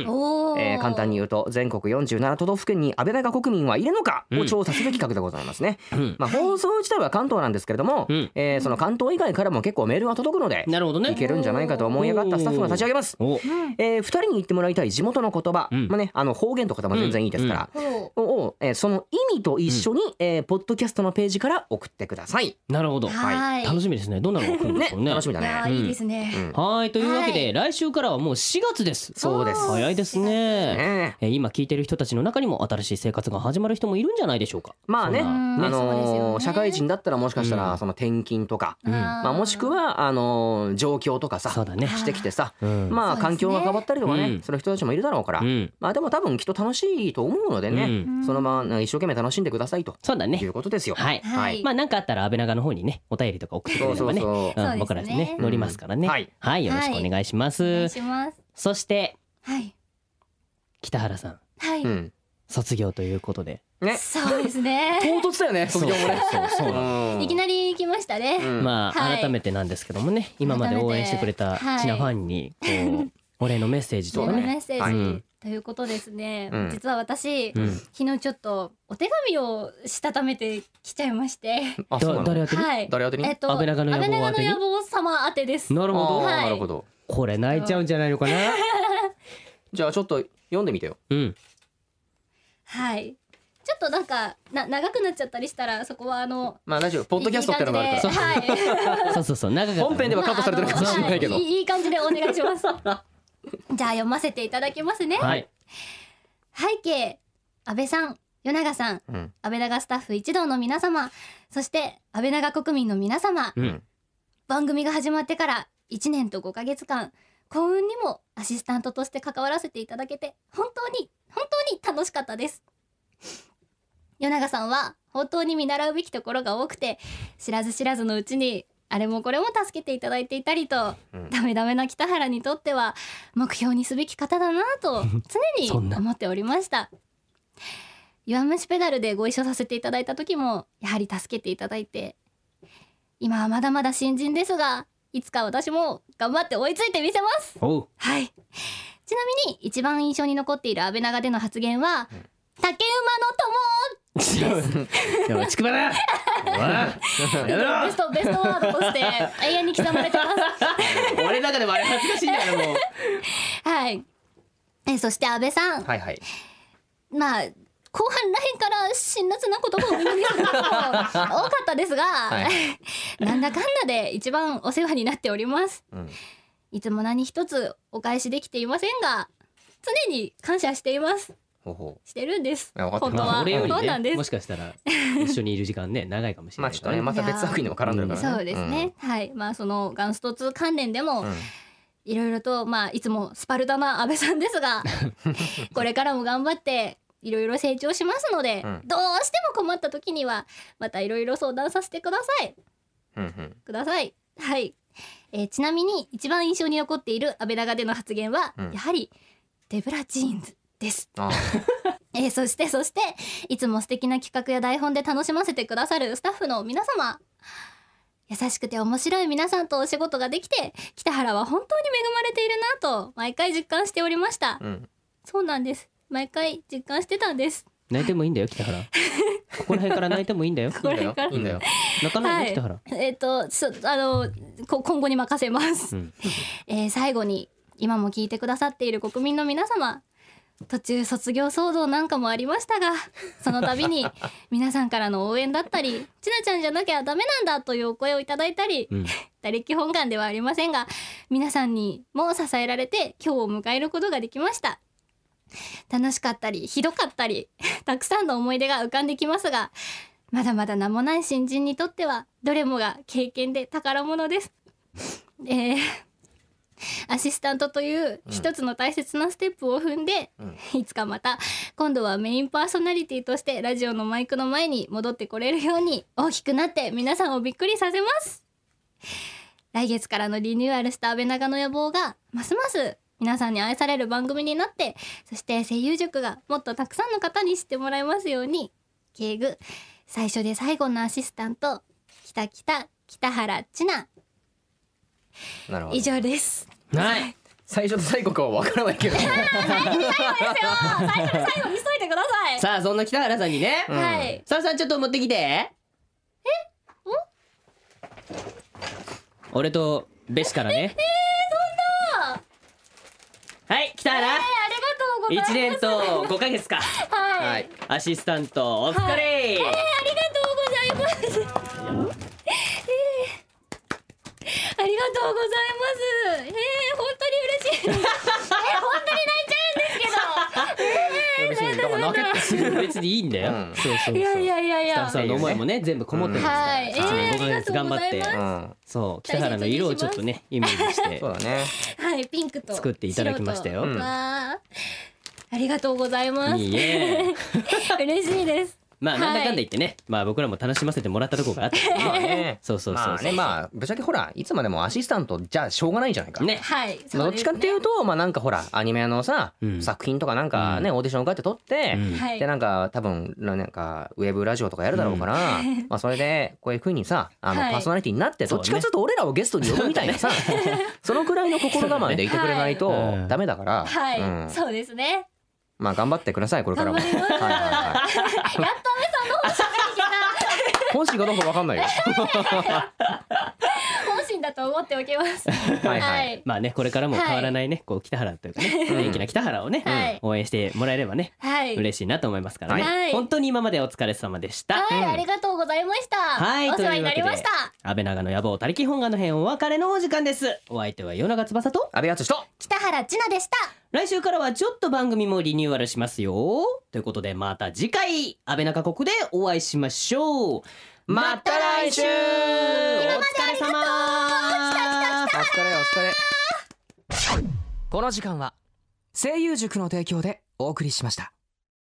[SPEAKER 3] おー
[SPEAKER 2] えー簡単に言うと全国47都道府県に安倍長国民はいるのかを調査する企画でございますね、
[SPEAKER 1] ん
[SPEAKER 2] まあ、放送自体は関東なんですけれども、
[SPEAKER 1] うん
[SPEAKER 2] えーその関東以外からも結構メールが届くので
[SPEAKER 1] なるほどね
[SPEAKER 2] いけるんじゃないかと思い上がったスタッフが立ち上げます
[SPEAKER 1] おお
[SPEAKER 2] えー、2人に言ってもらいたい地元の言葉、
[SPEAKER 1] うん
[SPEAKER 2] まあね、あの方言とかでも全然いいですから、
[SPEAKER 3] ほ
[SPEAKER 2] ををえーその意味と一緒に、えーポッドキャストのページから送ってください。
[SPEAKER 1] なるほど
[SPEAKER 3] うはい
[SPEAKER 1] 楽しみですねどんなのが来るんで
[SPEAKER 2] ね
[SPEAKER 1] すかね
[SPEAKER 2] 楽しみだ
[SPEAKER 3] いや
[SPEAKER 2] ね。
[SPEAKER 3] ーいいですね、
[SPEAKER 2] うん
[SPEAKER 1] はいというわけで、来週からはもう4月です
[SPEAKER 2] そうです
[SPEAKER 1] 早いですね
[SPEAKER 2] ね
[SPEAKER 1] えー今聞いてる人たちの中にも新しい生活が始まる人もいるんじゃないでしょうか
[SPEAKER 2] まあね、
[SPEAKER 1] そ
[SPEAKER 2] あ
[SPEAKER 1] んな
[SPEAKER 3] そうですよ
[SPEAKER 2] のー
[SPEAKER 3] ね
[SPEAKER 2] 社会人だったらもしかした
[SPEAKER 1] う
[SPEAKER 2] ら
[SPEAKER 1] ん
[SPEAKER 2] その転勤とか、
[SPEAKER 1] ん
[SPEAKER 3] あー
[SPEAKER 2] まあ、もしくはあのー上京とかさ
[SPEAKER 1] そうだね
[SPEAKER 2] してきてさ、
[SPEAKER 1] うん
[SPEAKER 2] まあ
[SPEAKER 3] そうですね
[SPEAKER 2] 環境が変わったりとかね、
[SPEAKER 1] うん
[SPEAKER 2] その人たちもいるだろうから、
[SPEAKER 1] うん
[SPEAKER 2] まあでも多分きっと楽しいと思うのでね、
[SPEAKER 1] う
[SPEAKER 2] そのまま一生懸命楽しんでくださいと
[SPEAKER 1] そうだ
[SPEAKER 2] い
[SPEAKER 1] ね
[SPEAKER 2] うことですよ。
[SPEAKER 1] はい
[SPEAKER 2] は
[SPEAKER 3] はいい、
[SPEAKER 1] まあ何かあったら安倍長の方にねお便りとか送ってくれればね
[SPEAKER 2] そうそうそう
[SPEAKER 3] そうで
[SPEAKER 1] ん
[SPEAKER 3] すね
[SPEAKER 1] 僕らね乗りますからね
[SPEAKER 2] うん
[SPEAKER 1] はいはいよろしくお願いしま
[SPEAKER 3] お願い
[SPEAKER 1] す
[SPEAKER 3] します
[SPEAKER 1] そして
[SPEAKER 3] はい
[SPEAKER 1] 北原さん
[SPEAKER 3] はい、
[SPEAKER 2] うん
[SPEAKER 1] 卒業ということで
[SPEAKER 2] ね、
[SPEAKER 3] そうですね
[SPEAKER 2] 唐突だよね、卒業もね。
[SPEAKER 1] そうそうそうなの
[SPEAKER 2] うん
[SPEAKER 3] いきなり来ましたね、
[SPEAKER 2] うん
[SPEAKER 1] まあ
[SPEAKER 3] はい
[SPEAKER 1] 改めてなんですけどもね今まで応援してくれた
[SPEAKER 3] 改めて
[SPEAKER 1] ちなファンにこ うお礼のメッセージと
[SPEAKER 3] メ
[SPEAKER 1] かね
[SPEAKER 3] ッセージ、
[SPEAKER 2] はい
[SPEAKER 3] ということですね、
[SPEAKER 2] うん
[SPEAKER 3] 実は私、
[SPEAKER 1] うん
[SPEAKER 3] 昨日ちょっとお手紙をしたためてきちゃいまして、
[SPEAKER 2] あそうな
[SPEAKER 1] だ誰
[SPEAKER 2] の
[SPEAKER 1] やってる
[SPEAKER 3] はい
[SPEAKER 2] 誰宛てに
[SPEAKER 3] えっと
[SPEAKER 1] 安倍長の野望
[SPEAKER 3] 安倍長
[SPEAKER 1] 宛てに
[SPEAKER 3] の野望様宛てです
[SPEAKER 1] なるほ
[SPEAKER 2] あー
[SPEAKER 1] ど
[SPEAKER 3] はい
[SPEAKER 2] なるほど。
[SPEAKER 1] これ泣いちゃうんじゃないのかな
[SPEAKER 2] じゃあちょっと読んでみてよ。
[SPEAKER 1] うん
[SPEAKER 3] はいちょっとなんかな長くなっちゃったりしたらそこはあの
[SPEAKER 2] まあ大丈夫。ポッドキャストってのがあるか
[SPEAKER 1] そ
[SPEAKER 2] ら
[SPEAKER 1] う。
[SPEAKER 3] はい
[SPEAKER 1] そうそうそう長かったね
[SPEAKER 2] 本 編ではカットされてるかもしれないけど
[SPEAKER 3] まああのはいいいい感じでお願いしま すじゃあ読ませていただきますね、
[SPEAKER 1] はい
[SPEAKER 3] 背景安倍さん与永さん
[SPEAKER 2] うん
[SPEAKER 3] 安倍長スタッフ一同の皆様そして安倍長国民の皆様、
[SPEAKER 1] うん
[SPEAKER 3] 番組が始まってから1年と5ヶ月間幸運にもアシスタントとして関わらせていただけて本当に本当に楽しかったです与永さんは本当に見習うべきところが多くて知らず知らずのうちにあれもこれも助けていただいていたりと、
[SPEAKER 2] うん
[SPEAKER 3] ダメダメな北原にとっては目標にすべき方だな と
[SPEAKER 1] そ
[SPEAKER 3] 常
[SPEAKER 1] ん
[SPEAKER 3] に
[SPEAKER 1] な
[SPEAKER 3] 思っておりました弱虫ペダルでご一緒させていただいた時もやはり助けていただいて今はまだまだ新人ですがいつか私も頑張って追いついてみせます
[SPEAKER 1] おう
[SPEAKER 3] はいちなみに一番印象に残っている安倍長での発言は竹馬の
[SPEAKER 1] 違うおいちくばだおいやめろ
[SPEAKER 3] 友ベストベストワードとして永遠に刻まれ てます
[SPEAKER 2] 俺の中でもあれ恥ずかしいんだよもう。
[SPEAKER 3] はいえそして安倍さん、
[SPEAKER 2] はいはい。
[SPEAKER 3] まあ後半らへんから辛辣な言葉を耳にすることも多かったですが、
[SPEAKER 2] い
[SPEAKER 3] なんだかんだで一番お世話になっております
[SPEAKER 2] うん
[SPEAKER 3] いつも何一つお返しできていませんが常に感謝しています
[SPEAKER 2] ほうほ
[SPEAKER 3] してるんです
[SPEAKER 2] いや分かってる
[SPEAKER 3] 本当は
[SPEAKER 1] 俺より
[SPEAKER 3] そうなん
[SPEAKER 1] ね
[SPEAKER 3] で
[SPEAKER 1] も
[SPEAKER 3] す
[SPEAKER 1] しかしたら一緒にいる時間ね長いかもし
[SPEAKER 2] う。
[SPEAKER 1] れ
[SPEAKER 2] ま
[SPEAKER 1] な
[SPEAKER 2] あ
[SPEAKER 1] い
[SPEAKER 2] ち
[SPEAKER 1] か
[SPEAKER 2] ょっと
[SPEAKER 1] ら
[SPEAKER 2] ねまた別作品でも絡んでるからね。
[SPEAKER 3] そうですね、はいまあそのガンスト2関連でも、
[SPEAKER 2] うん。うん
[SPEAKER 3] いろいろとまあいつもスパルタな安倍さんで すがこれからも頑張っていろいろ成長しますので、
[SPEAKER 2] うん
[SPEAKER 3] どうしても困った時にはまたいろいろ相談させてください
[SPEAKER 2] うんうん。
[SPEAKER 3] くださいはい、えーちなみに一番印象に残っている安倍長での発言は、
[SPEAKER 2] うん
[SPEAKER 3] やはりデブラジーンズです
[SPEAKER 2] あー
[SPEAKER 3] ええーそしてそしていつも素敵な企画や台本で楽しませてくださるスタッフの皆様優しくて面白い皆さんとお仕事ができて北原は本当に恵まれているなと毎回実感しておりました
[SPEAKER 2] うん
[SPEAKER 3] そうなんです毎回実感してたんです
[SPEAKER 1] 泣いてもいいんだよ北 原ここら辺から泣いてもいいんだよ
[SPEAKER 3] これから
[SPEAKER 2] いいんだよ
[SPEAKER 1] 泣かない
[SPEAKER 3] は
[SPEAKER 1] で
[SPEAKER 3] い
[SPEAKER 1] 北原
[SPEAKER 3] えっ、とそあのこ今後に任せます、
[SPEAKER 1] うん
[SPEAKER 3] えー最後に今も聞いてくださっている国民の皆様途中卒業騒動なんかもありましたがその 度に皆さんからの応援だったり「ちなちゃんじゃなきゃダメなんだ」というお声をいただいたり
[SPEAKER 1] うん
[SPEAKER 3] 「 打撃本願」ではありませんが皆さんにも支えられて今日を迎えることができました楽しかったりひどかったり たくさんの思い出が浮かんできますがまだまだ名もない新人にとってはどれもが経験で宝物です。えーアシスタントという一つの大切なステップを踏んで、いつかまた今度はメインパーソナリティとしてラジオのマイクの前に戻ってこれるように大きくなって皆さんをびっくりさせます来月からのリニューアルした安倍長の野望がますます皆さんに愛される番組になってそして声優塾がもっとたくさんの方に知ってもらえますように敬具最初で最後のアシスタント北北北原千奈
[SPEAKER 2] なるほど
[SPEAKER 3] 以上です
[SPEAKER 1] ない
[SPEAKER 2] 最初と最後かは分からない けど
[SPEAKER 3] 最後で最後にしといてください
[SPEAKER 1] さあそんな北原さんにね
[SPEAKER 3] はい
[SPEAKER 1] さあさあちょっと持ってきてえ俺とベシからねえそんなはい北原
[SPEAKER 3] ありがとうございます
[SPEAKER 1] 一年と五ヶ月か
[SPEAKER 3] はい、
[SPEAKER 2] は
[SPEAKER 3] はい、
[SPEAKER 2] い
[SPEAKER 1] アシスタントお疲れ
[SPEAKER 3] ありがとうございますええありがとうございますええ本当に嬉しいえ本
[SPEAKER 2] 別にだから泣けってする
[SPEAKER 1] 別にいいんだよ、
[SPEAKER 2] うん
[SPEAKER 1] そうそうそう
[SPEAKER 3] 当にいやいやいやい
[SPEAKER 1] 北
[SPEAKER 3] や
[SPEAKER 1] 原さんの思いもね全部こもってますから、
[SPEAKER 3] はい
[SPEAKER 1] 一年
[SPEAKER 3] えー
[SPEAKER 1] 五ヶ月頑張っ
[SPEAKER 3] あり
[SPEAKER 1] て
[SPEAKER 3] がとうございま
[SPEAKER 2] うん
[SPEAKER 1] そう北原の色をちょっとねイメージして
[SPEAKER 2] そうだね
[SPEAKER 3] はいピンクと
[SPEAKER 1] 作っていただきましたよ
[SPEAKER 3] 白と
[SPEAKER 2] うん
[SPEAKER 3] わあありがとうございます
[SPEAKER 1] いいえ
[SPEAKER 3] 嬉しいです
[SPEAKER 1] まあなんだかんだ
[SPEAKER 3] は
[SPEAKER 1] 言ってね、まあ僕らも楽しませてもらったとこがあ ったから
[SPEAKER 2] まあ ね
[SPEAKER 1] そうそうそうそう
[SPEAKER 2] まあねまあぶっちゃけほらいつまでもアシスタントじゃしょうがないじゃないか
[SPEAKER 1] ね
[SPEAKER 3] はいそうです
[SPEAKER 2] まあどっちかっていうとまあなんかほらアニメのさ
[SPEAKER 1] うん
[SPEAKER 2] 作品とかなんかねオーディション受かって撮って
[SPEAKER 1] うん
[SPEAKER 3] はい
[SPEAKER 2] でなんか多分なんかウェブラジオとかやるだろうから、まあそれでこういう風にさあの
[SPEAKER 3] はい
[SPEAKER 2] パーソナリティになって
[SPEAKER 1] そ
[SPEAKER 2] ど
[SPEAKER 1] うね
[SPEAKER 2] っちかちょっと俺らをゲストに呼ぶみたいなさ そのくらいの心構えでいてくれない と
[SPEAKER 1] そうだねはい
[SPEAKER 2] ダメだから、
[SPEAKER 3] はい、
[SPEAKER 2] うん
[SPEAKER 3] そうですね
[SPEAKER 2] まあ頑張ってくださいこれからも。
[SPEAKER 3] 頑張ります
[SPEAKER 2] はいはいはい
[SPEAKER 3] やった
[SPEAKER 2] 本心がどうかわかんないよ。
[SPEAKER 3] 本心だと思っておきます。
[SPEAKER 2] はいはい
[SPEAKER 1] まあねこれからも変わらないね、こう北原というかね元気な北原をね、
[SPEAKER 3] はい
[SPEAKER 1] 応援してもらえればね
[SPEAKER 3] はい。
[SPEAKER 1] 嬉しいなと思いますからね、
[SPEAKER 3] はい
[SPEAKER 1] 本当に今までお疲れ様でした、
[SPEAKER 3] はい、
[SPEAKER 2] うん
[SPEAKER 3] ありがとうございました。
[SPEAKER 1] はい
[SPEAKER 3] お世話にな
[SPEAKER 1] とい
[SPEAKER 3] り
[SPEAKER 1] うわけ
[SPEAKER 3] まし
[SPEAKER 1] で
[SPEAKER 3] た。
[SPEAKER 1] 安倍長の野望たりき本願の編お別れのお時間ですお相手は夜長翼と
[SPEAKER 2] 安倍敦史と
[SPEAKER 3] 北原千奈でした。
[SPEAKER 1] 来週からはちょっと番組もリニューアルしますよということでまた次回安倍中国でお会いしましょうまた来週お疲れ様
[SPEAKER 2] お疲れお疲れ。
[SPEAKER 6] この時間は声優塾の提供でお送りしました